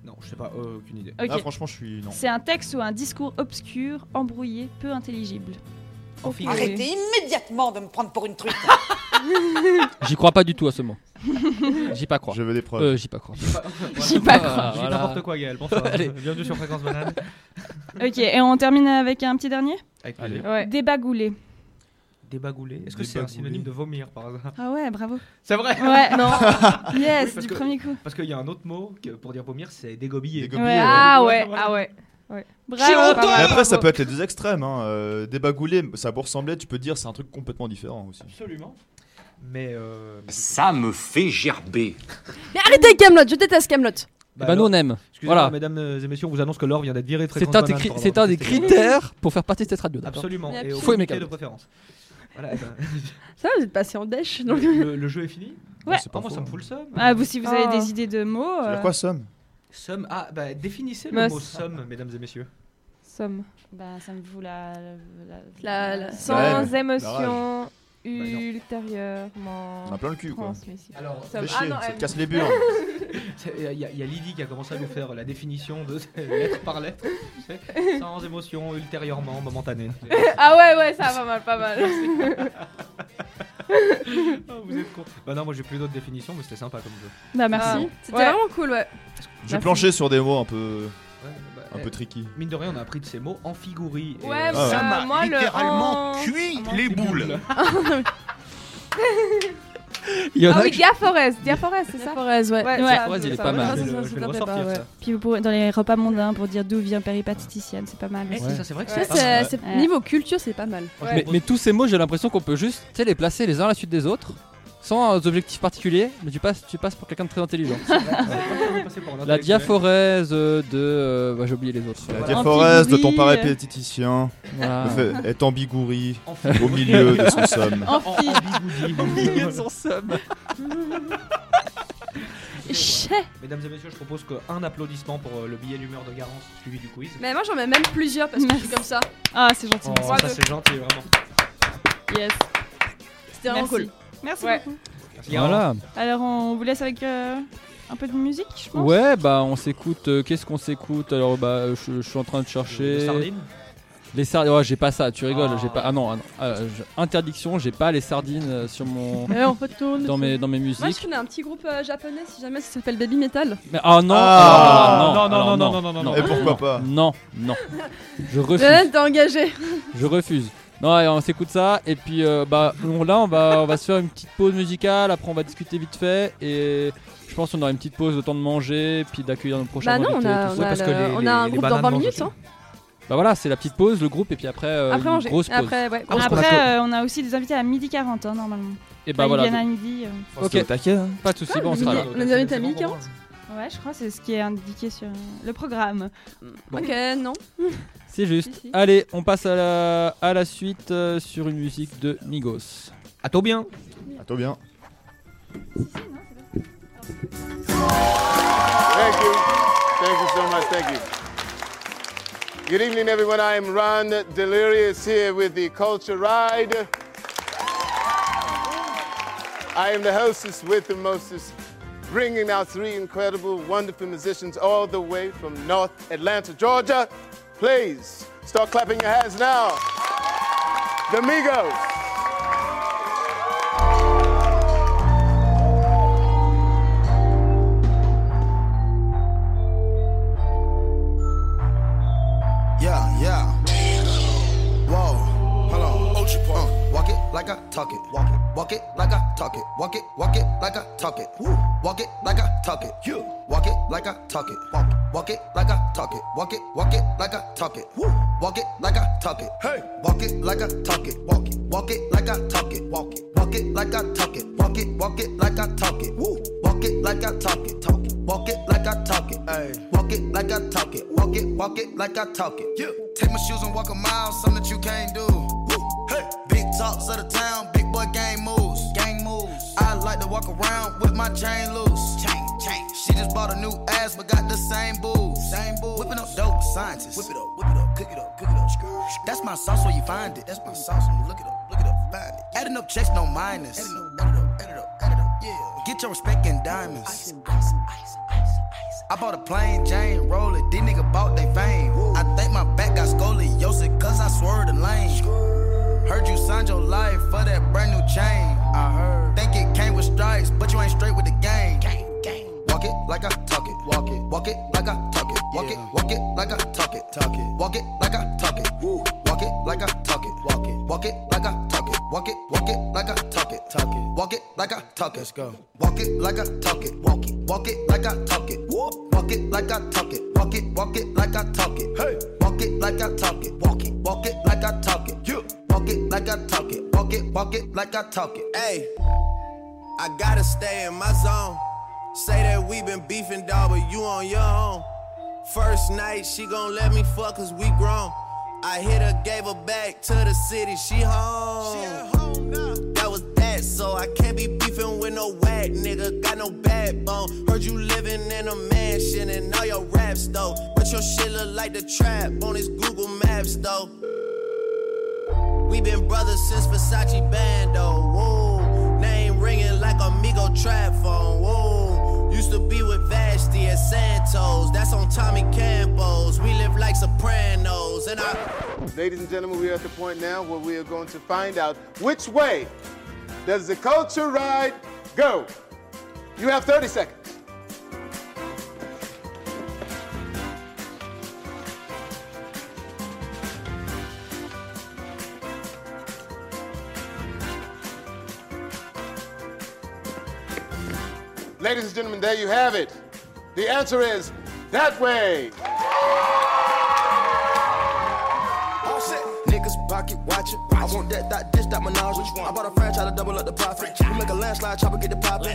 S2: Non, je sais pas, euh, aucune idée.
S6: Ok.
S10: Là, franchement, je suis. Non.
S6: c'est un texte ou un discours obscur, embrouillé, peu intelligible.
S2: Amphigouri.
S11: Arrêtez immédiatement de me prendre pour une truite.
S4: J'y crois pas du tout à ce mot. J'y pas crois.
S10: Je veux des preuves.
S4: Euh, j'y pas crois.
S6: [LAUGHS] J'y pas crois.
S4: Ah,
S2: Je dis
S4: voilà.
S2: n'importe quoi, Gaël, [LAUGHS] bonsoir.
S4: Allez.
S2: Bienvenue sur Fréquence Banane.
S6: [LAUGHS] Ok, et on termine avec un petit dernier
S2: Avec
S4: Allez.
S2: plaisir.
S9: Ouais.
S6: Débagoulé.
S2: Débagoulé. Est-ce que c'est un
S10: Débagoulé.
S2: synonyme de vomir par hasard
S6: Ah ouais, bravo.
S2: C'est vrai
S6: Ouais,
S2: [LAUGHS]
S6: non. Yes,
S2: Oui, parce
S6: du
S2: que-
S6: premier coup.
S2: Parce qu'il y a un autre mot que pour dire vomir, c'est dégobiller.
S10: Dégobiller.
S6: Ouais.
S9: Ah
S2: ouais,
S9: ouais, ah ouais.
S6: Bravo.
S9: honte
S10: Mais après, ça
S9: Bravo.
S10: peut être les deux extrêmes. Hein. Euh, débagouler, ça peut ressembler, tu peux dire, c'est un truc complètement différent aussi.
S2: Absolument. Mais. Euh,
S12: Ça me fait gerber.
S5: Mais arrêtez Camelot, je déteste Camelot.
S4: Bah, nous on aime. Voilà.
S2: mesdames et messieurs, on vous annonce que Laure vient d'être virée de Fréquence
S4: C'est un, des
S2: Banane
S4: cri-
S2: pour avoir
S4: c'est un des
S2: détesté Gaël.
S4: critères pour faire partie de cette radio. d'accord
S2: Absolument.
S5: Mais
S2: Et au
S4: Faut aimer
S2: comité de
S4: Camelot.
S2: préférence. Voilà, eh ben, [LAUGHS]
S5: Ça, va, vous êtes passé en dèche. Donc...
S2: le, le jeu est fini
S6: Ouais.
S10: C'est
S2: Ah,
S10: pas
S2: Moi,
S10: faux,
S2: ça me
S10: hein.
S2: fout le seum.
S6: Ah, vous, si vous avez
S9: Oh.
S6: des idées de mots.
S10: Ça veut
S6: euh,
S10: dire quoi, somme
S2: Somme. Ah, bah définissez le
S9: Meuf.
S2: mot somme, mesdames et messieurs.
S9: Somme.
S6: Bah, ça me fout la.
S5: La- la-
S9: Sans
S10: mais-
S9: émotion
S10: On a
S9: ultérieurement
S10: plein le cul, quoi.
S9: transmissible.
S2: Alors,
S9: Somme.
S10: Fais
S9: Ah
S10: chier,
S9: non,
S10: ça
S9: euh,
S10: te casse les burnes.
S9: [LAUGHS]
S6: [LAUGHS]
S2: il y, a- y a Lydie qui a commencé à nous faire la définition de [LAUGHS] lettre par lettre. tu sais, Sans émotion, ultérieurement, momentanée.
S9: [LAUGHS] Ah ouais, ouais, ça va mal, pas mal.
S2: Ah, vous êtes con. Bah non, moi j'ai plus d'autres définitions, mais c'était sympa comme jeu.
S6: Bah,
S9: Ah.
S6: merci.
S5: C'était
S9: Ouais.
S5: vraiment cool, ouais.
S10: J'ai planché sur des mots un peu,
S2: Ouais, bah,
S10: un
S2: eh,
S10: peu tricky.
S2: Mine de rien, on a appris de ces mots amphigourie. et,
S9: Ouais,
S2: euh,
S10: Ah ouais.
S9: euh, moi le.
S12: littéralement
S9: en-
S12: cuit les
S9: [LAUGHS]
S12: boules.
S4: Il y en
S9: Ah
S4: a
S9: oui,
S4: qui-
S9: Dia Forest, Dia Forest, c'est ça
S5: Forez, ouais.
S9: Ouais,
S6: Ouais.
S9: ça,
S4: Forest, il est
S9: ça,
S4: pas
S9: ouais.
S4: mal.
S2: je vais
S5: ça,
S2: le-
S5: ça,
S2: je vais
S5: ça
S2: le
S5: tapait
S2: ressortir
S5: pas, ouais.
S2: ça.
S6: Puis vous pourrez dans les repas mondains pour dire d'où vient péripatéticienne, c'est pas mal.
S2: Eh,
S6: aussi.
S4: Ouais.
S2: Ça, c'est vrai que
S5: Ça,
S2: c'est pas mal.
S5: c'est- c'est-
S6: Ouais.
S5: niveau culture, c'est pas mal.
S2: Moi, je
S4: Mais,
S2: propose-
S4: mais tous ces mots, j'ai l'impression qu'on peut juste tu sais, les placer les uns à la suite des autres. sans euh, objectif particulier, mais tu passes, tu passes pour quelqu'un de très intelligent.
S2: passer pour
S4: la [LAUGHS]
S2: l'intellectuel.
S4: diaphorèse euh, de. euh, bah, J'ai oublié les autres.
S10: La diaphorèse de ton parapétiticien
S4: Voilà.
S10: le fait- est ambigouri au milieu de son somme.
S2: Au milieu de
S9: [LAUGHS]
S2: son somme. Mesdames et messieurs, je propose qu'un applaudissement pour euh, le billet d'humeur de Garance suivi du quiz.
S5: Mais moi j'en mets même plusieurs parce que je suis comme ça.
S6: Ah, c'est gentil.
S2: Oh,
S5: Trois,
S2: ça
S5: deux.
S2: c'est gentil, vraiment.
S6: Yes.
S5: C'était vraiment cool.
S6: Merci beaucoup.
S4: Voilà.
S6: Alors, on vous laisse avec euh, un peu de musique, je
S10: Hein
S6: pense.
S4: Ouais, bah on s'écoute. euh, Qu'est-ce qu'on s'écoute Alors, bah je, je suis en train de chercher.
S6: Les sardines
S4: Les sardines. Ouais, j'ai pas ça. Tu rigoles. J'ai pas. Ah non. ah non. Ah, je- Interdiction. J'ai pas les sardines euh, sur mon.
S5: [LAUGHS] Eh, on retourne.
S4: Dans mes dans mes
S5: Moi je
S4: musiques.
S5: connais un petit groupe euh, japonais si jamais ça s'appelle Baby Metal.
S4: Mais- ah non.
S10: Ah.
S4: alors là,
S10: Non, non,
S4: alors
S10: non, non, non, non, non. Et pourquoi
S4: non,
S10: pas
S4: Non, non.
S5: [LAUGHS]
S4: Je refuse.
S5: Lionel, t'es engagé.
S4: Je refuse. Non, allez, on s'écoute ça et puis euh, bah on- là on va on va se faire une petite pause musicale. Après on va discuter vite fait et je pense qu'on aura une petite pause le temps de manger puis d'accueillir nos prochains
S5: Bah non, on
S4: invités.
S5: a-
S4: et tout
S5: on
S4: ça.
S5: a le- on a un groupe dans 20 minutes. Hein.
S4: Bah voilà, c'est la petite pause, le groupe et puis après euh,
S6: Après
S4: une
S6: manger.
S4: grosse pause.
S6: Après, ouais. Après, euh, on a aussi des invités à midi 40 hein, normalement.
S4: Et bah
S6: Ils
S4: voilà.
S6: viennent à midi. euh.
S4: Ok.
S2: hein.
S4: Pas de soucis, bon, on sera là.
S5: Ah, On a des invités à midi 40
S6: Ouais, je crois que c'est ce qui est indiqué sur euh, le programme.
S5: Ok, non.
S4: C'est juste. Allez, on passe à la, à la suite euh, sur une musique de Migos.
S2: À tôt bien.
S10: À tôt bien.
S13: Thank you. Thank you so much. Thank you. Good evening, everyone. I am Ron Delirious here with the Culture Ride. I am the hostess with the mostest, bringing out three incredible, wonderful musicians all the way from North Atlanta, Georgia. Please start clapping your hands now. The Migos.
S14: Yeah, yeah. Whoa, hold on. Uh, walk it like I talk it. Walk it. Walk it like I talk it. Walk it. Walk it like I talk it. Woo. Walk it like I talk it. You. Walk it like I talk it. Walk it. Walk it like I talk it. Walk it. Walk it like I talk it. Woo. Walk it like I talk it. Hey. Walk it like I talk it. Walk it. Walk it like I talk it. Walk it. Walk it like I talk it. Walk it. Walk it like I talk it. Woo. Walk it like I talk it. Talk it. Walk it like I talk it. Hey. Walk it like I talk it. Walk it. Walk it like I talk it. Yeah. Take my shoes and walk a mile, something that you can't do. Woo. Hey. Big talks of the town, big boy gang moves. Gang moves. I like to walk around with my chain loose. Chain, chain. She just bought a new ass, but got the same boobs. Same boobs. Whipping up dope scientists. Whip it up, whip it up, cook it up, cook it up. That's my sauce where you find it. That's my sauce. Look it up, look it up, find it. Adding up checks, no minus. Adding up, add it up, add it up, add it up. Yeah. Get your respect in diamonds. I bought a plain Jane roller, these nigga bought they fame. I think my back got scoliosis, cause I swerved the lane. Heard you signed your life for that brand new chain. I heard. Think it came with stripes, but you ain't straight with the game. Walk it like I talk it. Walk it. Walk it like I talk it. Walk it. Walk it like I talk it. Talk it. Walk it like I talk it. Walk it like I talk it. Walk it. Walk it like I talk it. Walk it. Walk it like I talk it. Talk it. Walk it like I talk it. Let's go. Walk it like I talk it. Walk it. Walk it like I talk it. Walk it like I talk it. Walk it. Walk it like I talk it. Hey. Walk it like I talk it. Walk it. Walk it like I talk it. You. Walk it like I talk it. Walk it. Walk it like I talk it.
S15: Hey, I gotta stay in my zone. Say that we been beefing, dog, but you on your own. First night, she gon' let me fuck cause we grown. I hit her, gave her back to the city, she home. That was that, so I can't be beefing with no whack nigga. Got no backbone. Heard you living in a mansion and all your raps though. But your shit look like the trap on his Google Maps though. We been brothers since Versace Bando. Whoa, name ringing like Amigo trap phone. Whoa, used to be with Vashti at Santos. That's on Tommy Campos. We live like Sopranos, and I.
S13: Ladies and gentlemen, we are at the point now where we are going to find out which way does the culture ride go. You have 30 seconds. Ladies and gentlemen, there you have it. The answer is that way.
S14: Nigga
S16: niggas pocket watching. I want that, that, dish, that menage. I bought a franchise to double up the profit. We make a landslide, chopper get the poppin'.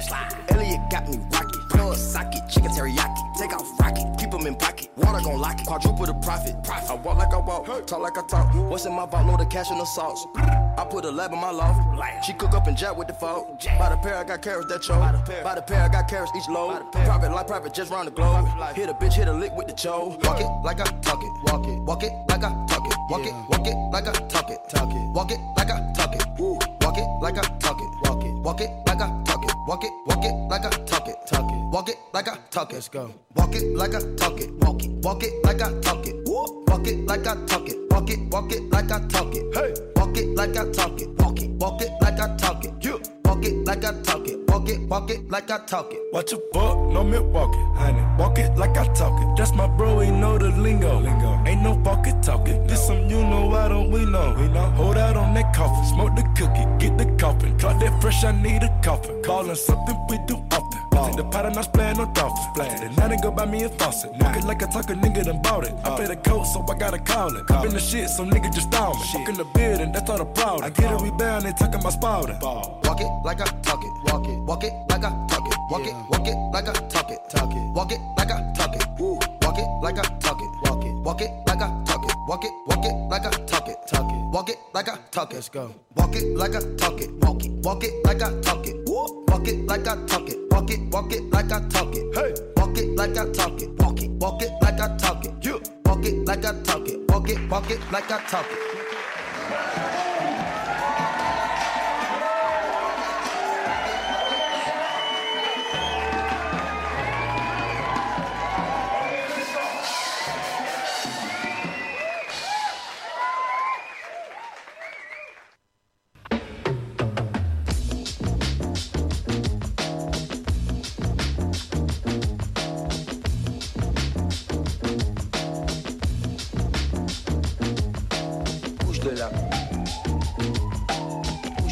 S16: Elliot got me rocket. Blow a socket, chicken teriyaki. Take off rocket, keep 'em in pocket. Water gon' lock it, quadruple the profit. I walk like I walk, talk like I talk. What's in my vault, load of cash and the sauce. I put a lab in my loft. She cook up and jack with the fault. By the pair, I got carrots that choke. By the pair, I got carrots each load. Private life, private, just round the globe. Hit a bitch, hit a lick with the choke.
S14: Walk it like I talk it. Walk it. Walk it like I talk it. Walk it. Walk it like I talk it. Talk it. Walk it like I talk it. Woo. Walk it like I talk it. Walk it. Walk it like I talk it. Walk it. Walk it like I talk it. Talk it. Walk it like I talk it. Let's go. Walk it like I talk it. Walk it. Walk it like I talk it. Woo. Walk it like I talk it. Walk it. Walk it like I talk it. Hey. Walk it like I talk it. Walk it. Walk it like I talk it. Yeah. Walk it like I talk it. Walk it. Walk it like I talk it.
S17: Watch a buck, no milk walking. Honey, walk it like I talk it. That's my bro, he know the lingo. lingo. Ain't no walk it talking. This some you know, I don't we know. We know. Hold out on that coffin, smoke the cookie, get the coffin. Clock that fresh, I need a coffin. Ballin' something we do often. Ball. the pot and I'm splaying no dolphin. Splayin'. And I done go buy me a faucet. Walk it like I talk a nigga done bought it. I pay the coat, so I gotta call it. Call in the shit, so nigga just down me. Fuck in the building, that's all the problem. I get a rebound, they talking my spouting.
S14: Walk it like I talk it. Walk it. Walk it like I talk it. Walk it. Walk it like I talk it. Talk it. Walk it like I talk it. Woo. Walk it like I talk it. Walk it. Walk it like I talk it. Walk it. Walk it like I talk it. Talk it. Walk it like I talk it. Let's go. Walk it like I talk it. Walk it. Walk it like I talk it. Woo. Walk it like I talk it. Walk it. Walk it like I talk it. Hey. Walk it like I talk it. Walk it. Walk it like I talk it. Yeah. Walk it like I talk it. Walk it. Walk it like I talk it.
S16: Bouge de là. Bouge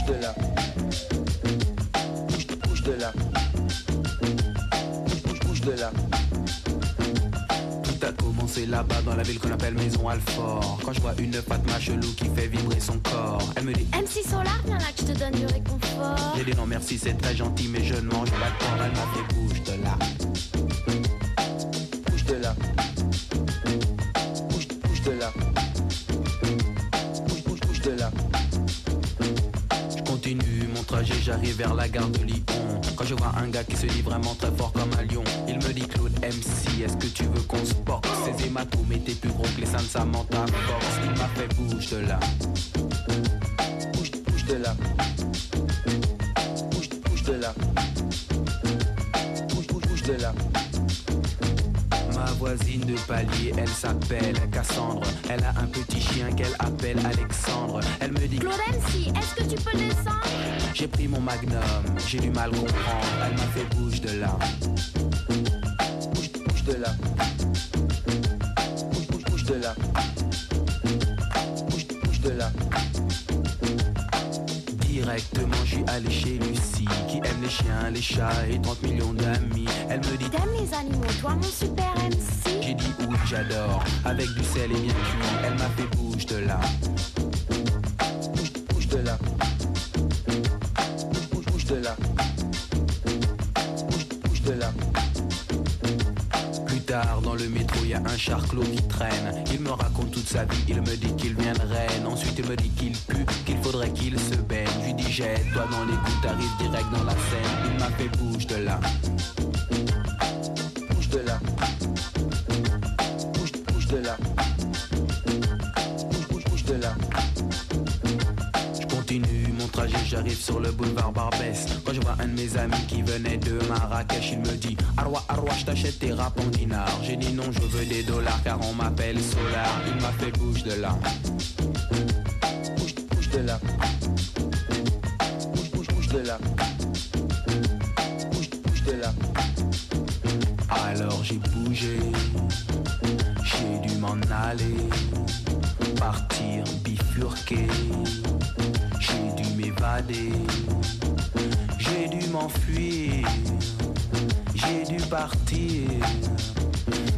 S16: de là. Bouge, bouge de là. Bouge, bouge, bouge de là.
S18: Tout a commencé là-bas dans la ville qu'on appelle Maison Alfort. Quand je vois une Fatma chelou qui fait vibrer son corps, elle me dit
S19: M6 sont là, viens là que je te donne du réconfort.
S18: J'ai dit non merci, c'est très gentil, mais je ne mange pas de porc. Elle m'a fait bouge de là.
S16: Bouge de là. Bouge, bouge de là. Bouge, bouge, bouge de là.
S18: Je continue mon trajet, j'arrive vers la gare de Lyon. Quand je vois un gars qui se dit vraiment très fort comme un lion, il me dit Claude MC, est-ce que tu veux qu'on se porte Ces hématomes étaient plus gros que les seins de Samantha Fox. Il m'a fait bouge de là.
S16: Bouge, bouge de là. Bouge, bouge de là. Bouge, bouge, bouge de là.
S18: Ma voisine de palier, elle s'appelle Cassandre. Elle a un petit chien qu'elle appelle Alexandre. Elle me dit
S19: Claude MC, est-ce que tu peux descendre
S18: J'ai pris mon magnum, j'ai du mal comprendre. Elle m'a fait bouge de là.
S16: Bouge, bouge de là. Bouge, bouge, bouge de là. Bouge, bouge de là.
S18: Directement, je suis allé chez Lucie, qui aime les chiens, les chats et 30 millions d'amis. Elle me dit
S19: T'aimes les animaux, toi mon super MC.
S18: J'ai dit oui, j'adore, avec du sel et bien cuit. Elle m'a fait bouge de là.
S16: Bouge de là. Bouge, bouge, bouge de là. Bouge, bouge de là.
S18: Plus tard, dans le métro, il y a un char clos qui traîne. Il me raconte toute sa vie, il me dit qu'il vient de Rennes. Ensuite, il me dit qu'il pue, qu'il faudrait qu'il se baigne. Je lui dis jette-toi dans les gouttes, arrive direct dans la scène. Il m'a fait bouge de là.
S16: Bouge de là. Bouge, bouge de là. Bouge, bouge, bouge de là.
S18: Je continue mon trajet, j'arrive sur le boulevard Barbès. Quand je vois un de mes amis qui venait de Marrakech, il me dit Arwa, Arwa, je t'achète tes rap en dinar. J'ai dit non, je veux des dollars car on m'appelle Solar. Il m'a fait bouge de là.
S16: Bouge de là. Bouge, bouge, bouge de là. Bouge, bouge de là.
S18: Alors j'ai bougé, j'ai dû m'en aller, partir, bifurquer, j'ai dû m'évader, j'ai dû m'enfuir, j'ai dû partir,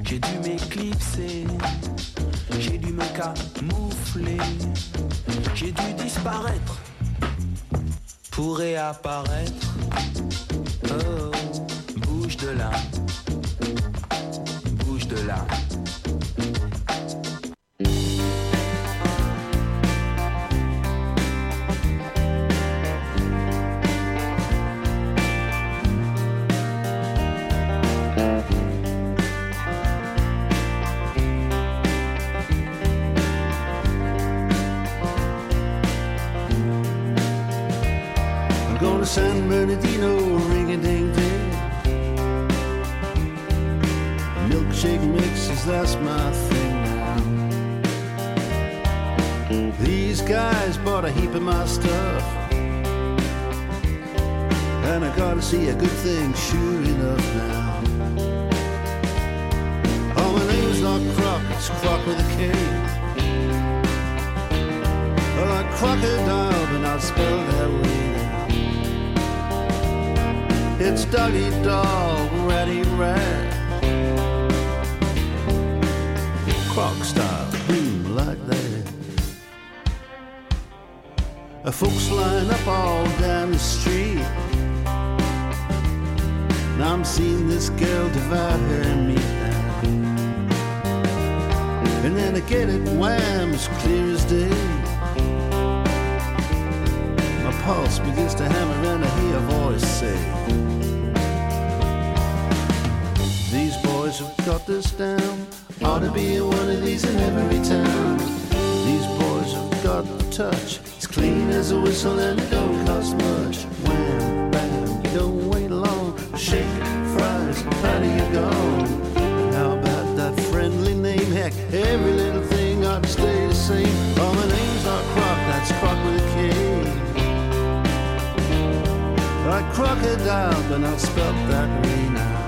S18: j'ai dû m'éclipser, j'ai dû me camoufler, j'ai dû disparaître pour réapparaître. Oh, bouge de là, bouge de là.
S20: I'm going to San Bernardino, ring a ding ding. Milkshake mixes, that's my thing now. These guys bought a heap of my stuff. And I gotta see a good thing sure enough now. Oh, my name's not Croc, it's Croc with a K. I like crocodile, but not spelled that way now. It's Doggy Dog, Ratty Rat. Croc style, boom, like that. Uh, folks line up all down the street. And I'm seeing this girl devour her meat now. And then I get it wham, as clear as day. My pulse begins to hammer and I hear a voice say These boys have got this down Ought to be in one of these in every town These boys have got the touch It's clean as a whistle and it don't cost much Wham, bam, you don't wait long Shake, fries, patty, you're gone How about that friendly name? Heck, every little thing ought to stay the same Oh, my name's not Croc, that's Croc with a K like crocodile, but not spelt that way now.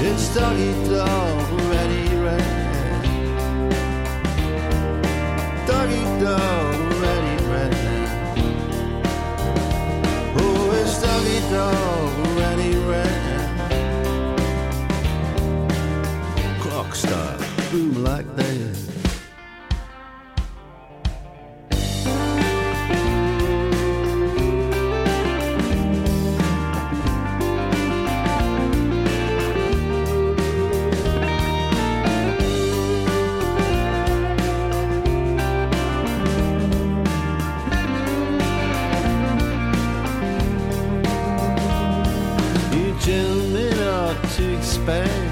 S20: It's doggy dog, ready, red. Doggy dog, ready, red. Oh, it's doggy dog, ready, red. Clock star, boom like that. You gentlemen ought to expand.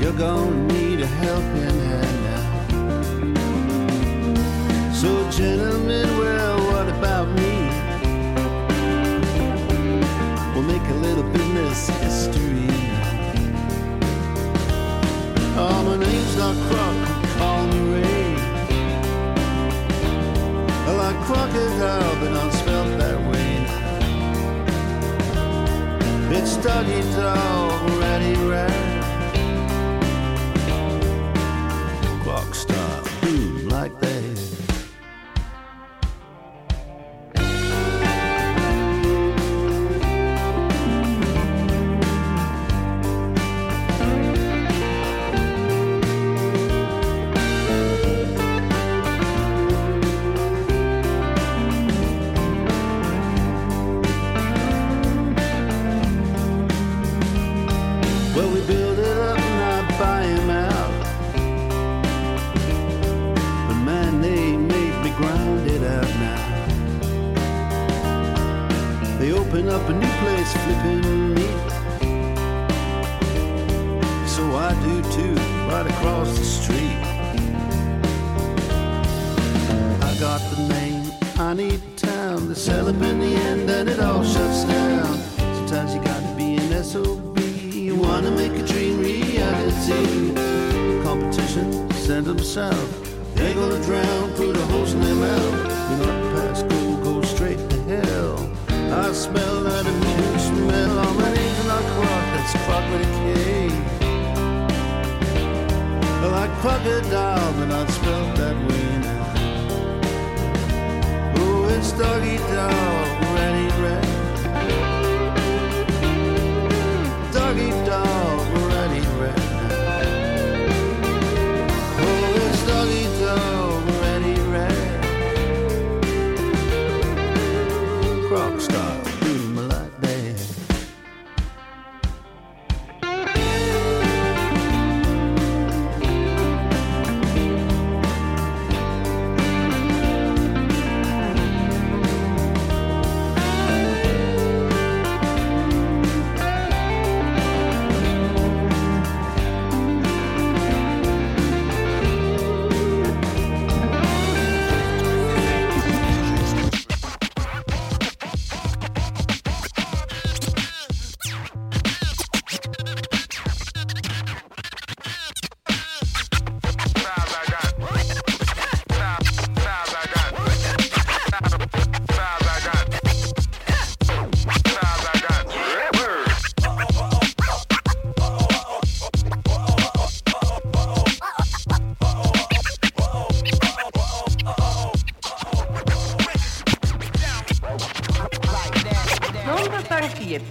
S20: You're gonna need a helping hand now. So, gentlemen, well, what about me? We'll make a little business history. Oh, my name's not Croc, call me Ray. I like crocodile, but I'm spelled that way now. It's doggy dog, ratty rat. Clock star, boom, like that. Well, we build it up and I buy him out. But man, they made me grind it out now. They open up a new place, flipping me. So I do too, right across the street. I got the name, I need town. They sell up in the end and it all shuts down. Sometimes you gotta be an SOB. You wanna make a dream reality. Competition, send them south. They're gonna drown, put a hose in their mouth. You're not past go, go straight to hell. I smell that immediate smell. Oh, my name's not Croc, that's Croc with a K. I like crocodile, but not spelled that way now. Oh, it's doggy dog, ready, red. Doggy dog, ready, red.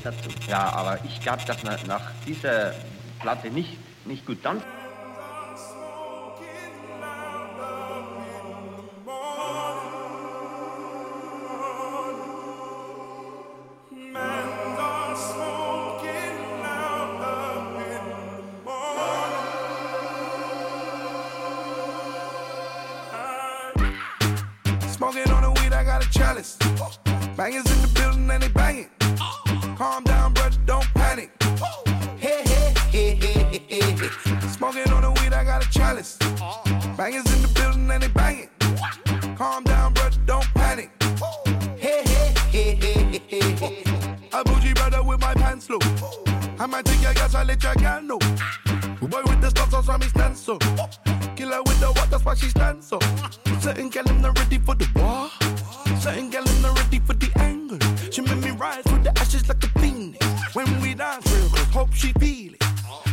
S21: dazu. Ja, aber ich glaube, dass man nach dieser Platte nicht, nicht gut tanzt.
S22: Smoking on the weed, I got a chalice. Bangers in the building and they banging. Calm down, brother, don't panic. Hey, hey, hey, hey, hey, hey. Smoking on the weed, I got a chalice. Bangers in the building and they banging. Calm down, brother, don't panic. Hey, hey, hey, hey, hey, hey. A bougie brother with my pants low. I might take your gas, I let your gal know. Boy with the stuff, so saw me stand so. Killer with the water, that's why she stands so. Certain gal in the ready for the war. Certain gal in the ready for the angle. She made me rise with the ashes like a phoenix. When we dance, real quick, hope she feel it.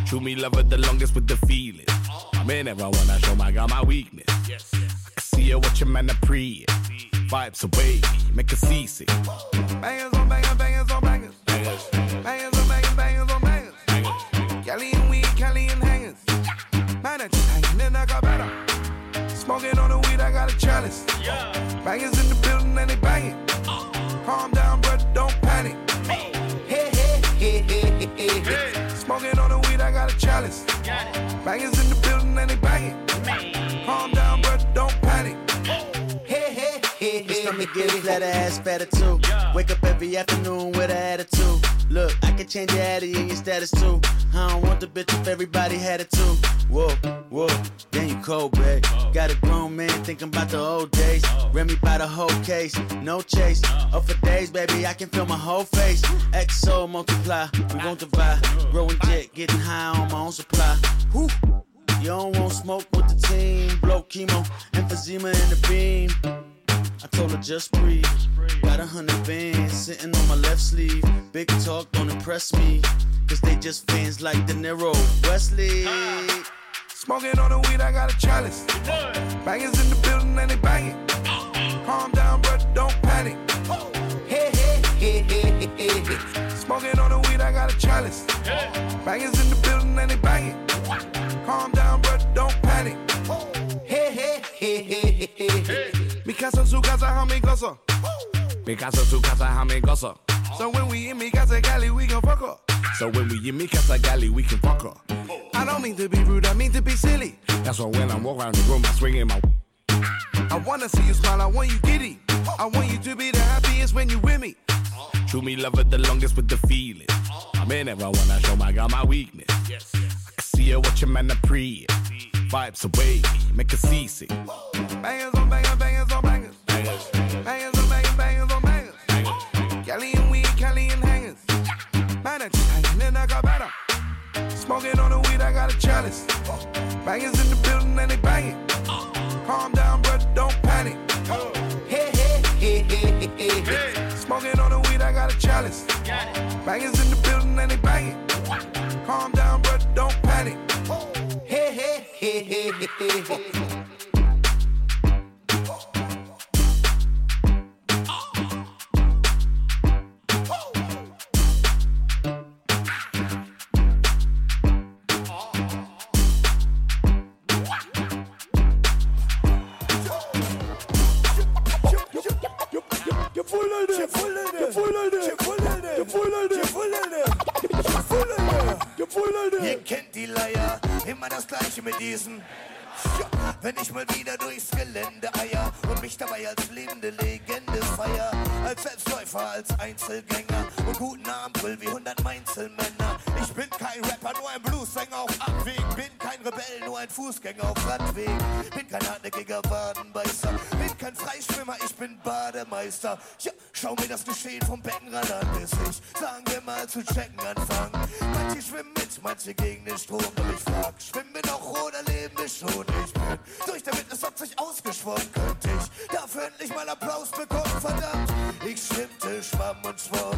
S23: True me lover the longest with the feeling. Man, never wanna show my girl my weakness. I can see her what your man a pre. Vibes away, make her seasick.
S22: Bangers on bangers, bangers on bangers. Bangers on bangers, bangers on bangers. Cali and weed, Cali and hangers. Man, I just hanging and I got better. Smoking on the weed, I got a chalice. Bangers in the building and they banging. Calm down, brother, don't panic. Hey, hey, hey, hey, hey, hey. Smoking on the weed, I got a chalice. Bangers in the building and they banging. Calm down, brother, don't panic. Hey, hey, hey, hey.
S24: Stomach giddy, let her ass fatter too. Wake up every afternoon with an attitude. Look, I can change your attitude and your status too. I don't want the bitch if everybody had it too. Whoa, whoa, then you cold, babe. Got a grown man thinking about the old days. Remy by the whole case, no chase. Up for days, baby, I can feel my whole face. XO multiply, we won't divide. Growing jet, getting high on my own supply. Whew. You don't want smoke with the team. Blow chemo, emphysema in the beam. I told her just breathe. Got a hundred bands sitting on my left sleeve. Big talk don't impress me. Cause they just fans like De Niro, Wesley.
S22: Smoking on the weed, I got a chalice. Bangers in the building and they banging. Calm down, brother, don't panic. Hey, hey, hey, hey, hey, hey. Smoking on the weed, I got a chalice. Bangers in the building and they banging. Calm down, brother, don't panic. Hey, hey, hey, hey, hey, hey. Mi casa, su casa, how me gossa.
S23: Mi casa, tu casa, jame goza.
S22: So when we in mi casa, Cali, we gon' fuck up.
S23: So when we in mi casa galley, we can fuck her.
S22: I don't mean to be rude, I mean to be silly.
S23: That's why when I walk around the room, I swing in my.
S22: I wanna see you smile, I want you giddy. I want you to be the happiest when you with me.
S23: True me lover the longest with the feeling. Man, never wanna show my girl my weakness. I can see her what your man a pre. Vibes away, make her seasick.
S22: Bangers on bangers, bangers on bangers. Bangers on bangers, bangers on bangers. Cali and weed, Cali and hangers. Man, I just hanging and I got better. Smoking on the weed, I got a chalice. Bangers in the building and they banging. Calm down, brother, don't panic. Hey, hey, hey, hey, hey, hey. Smoking on the weed, I got a chalice. Bangers in the building and they banging. Calm down, brother, don't panic. Hey, hey, hey, hey, hey, hey.
S8: You're full of it. You're full of it. You're full of it. You're full of it. You're full of it. You're full of it. You're full of it.
S25: Ihr kennt die Leier, immer das Gleiche mit diesen. Ja, Wenn ich mal wieder durchs Gelände eier und mich dabei als lebende Legende feier, als Selbstläufer, als Einzelgänger und guten Ampel wie 100 Mainzelmänner. Ich bin kein Rapper, nur ein Bluesänger auf Abweg. Bin kein Rebell, nur ein Fußgänger auf Radweg. Bin kein hartnäckiger Wadenbeißer, bin kein Freischwimmer, ich bin Bademeister. Ja, schau mir das Geschehen vom Beckenrand an, bis ich, sagen wir mal, zu checken anfangen. Manche schwimmen mit, manche gegen den Strom, doch ich frag, schwimmen wir noch oder leben wir schon? Ich bin durch der Witness hat sich ausgeschwommen, könnte ich dafür endlich mal Applaus bekommen, verdammt. Ich schwimmte, schwamm und schwamm,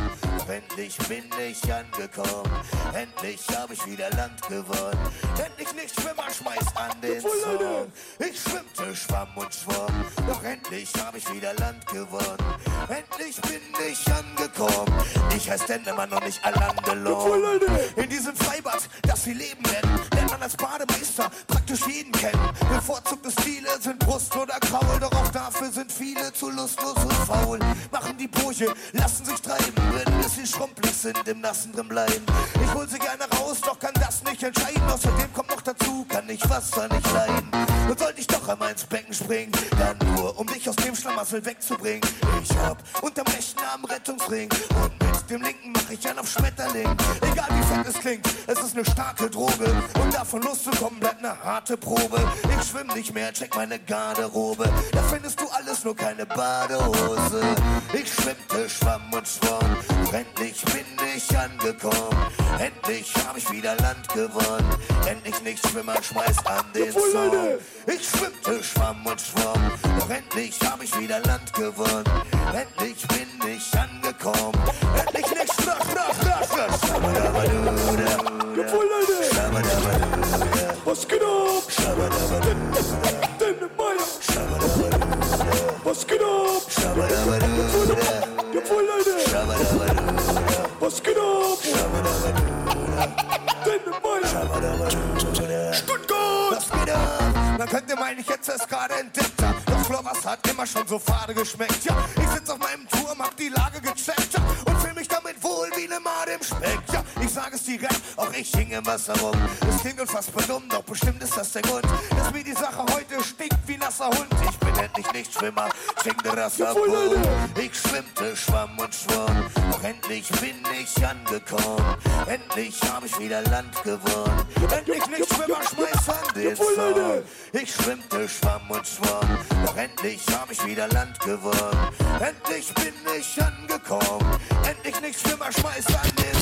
S25: Endlich bin ich angekommen, endlich hab ich wieder Land gewonnen. Endlich nicht Schwimmer, schmeiß an den Zorn. Ich schwimmte, schwamm und schwamm, doch endlich hab ich wieder Land gewonnen. Endlich bin ich angekommen, ich heiß denn immer noch nicht Alain Delon. In diesem Freibad, das wir Leben nennen, lernt man als Bademeister praktisch jeden kennen. Bevorzugte Stile sind Brust oder Kraul, doch auch dafür sind viele zu lustlos und faul. Machen die Brüche, lassen sich treiben, wenn ein bisschen schrumpelig sind, im Nassen drin bleiben. Ich hol sie gerne raus, doch kann das nicht entscheiden. Außerdem kommt noch dazu, kann ich Wasser nicht leiden. Und sollte ich doch einmal ins Becken springen, dann nur, um dich aus dem Schlamassel wegzubringen. Ich hab unterm rechten Arm Rettungsring und mit dem linken mach ich einen auf Schmetterling. Egal wie fett es klingt, es ist eine starke Droge. Um davon loszukommen, bleibt eine harte Probe. Ich schwimm nicht mehr, check meine Garderobe. Da findest du alles, nur keine Badehose. Ich schwimmte, schwamm und schwamm. Doch endlich bin ich angekommen. Endlich hab ich wieder Land gewonnen. Endlich nicht Schwimmer, schmeiß an den
S8: Jawohl,
S25: Song.
S8: Leute.
S25: Ich schwimmte, schwamm und schwamm. Doch endlich hab ich wieder Land gewonnen. Endlich bin ich angekommen. Endlich nicht schwach, schwach, schwach, schwach.
S8: Jawohl, Leute! Was geht ab? Dynamite! Was geht ab? Jawohl, Leute! Was geht ab?
S25: Dynamite! Stuttgart! Was geht ab? Man könnte meinen, ich hätte es gerade entdeckt. ja. Doch Florbass hat immer schon so fade geschmeckt. Ja, ich sitz auf meinem Turm, hab die Lage gecheckt ja, und fühl mich damit wohl wie ne Made im Speck. Ja, ich sag es direkt, auch ich hing im Wasser rum. Es klingt unfassbar dumm, doch bestimmt ist das der Grund, dass mir die Sache heute stinkt wie nasser Hund. Ich bin endlich nicht Schwimmer, schinkte Rasserboom. Ich schwimmte, schwamm und schwamm, doch endlich bin ich angekommen. Endlich hab ich wieder Land gewonnen. Endlich nicht Schwimmer, schmeiß an den Zorn. Ich schwimmte, schwamm und schwamm, doch endlich hab ich wieder Land gewonnen. Endlich bin ich angekommen, endlich nicht Schwimmer, schmeiß an den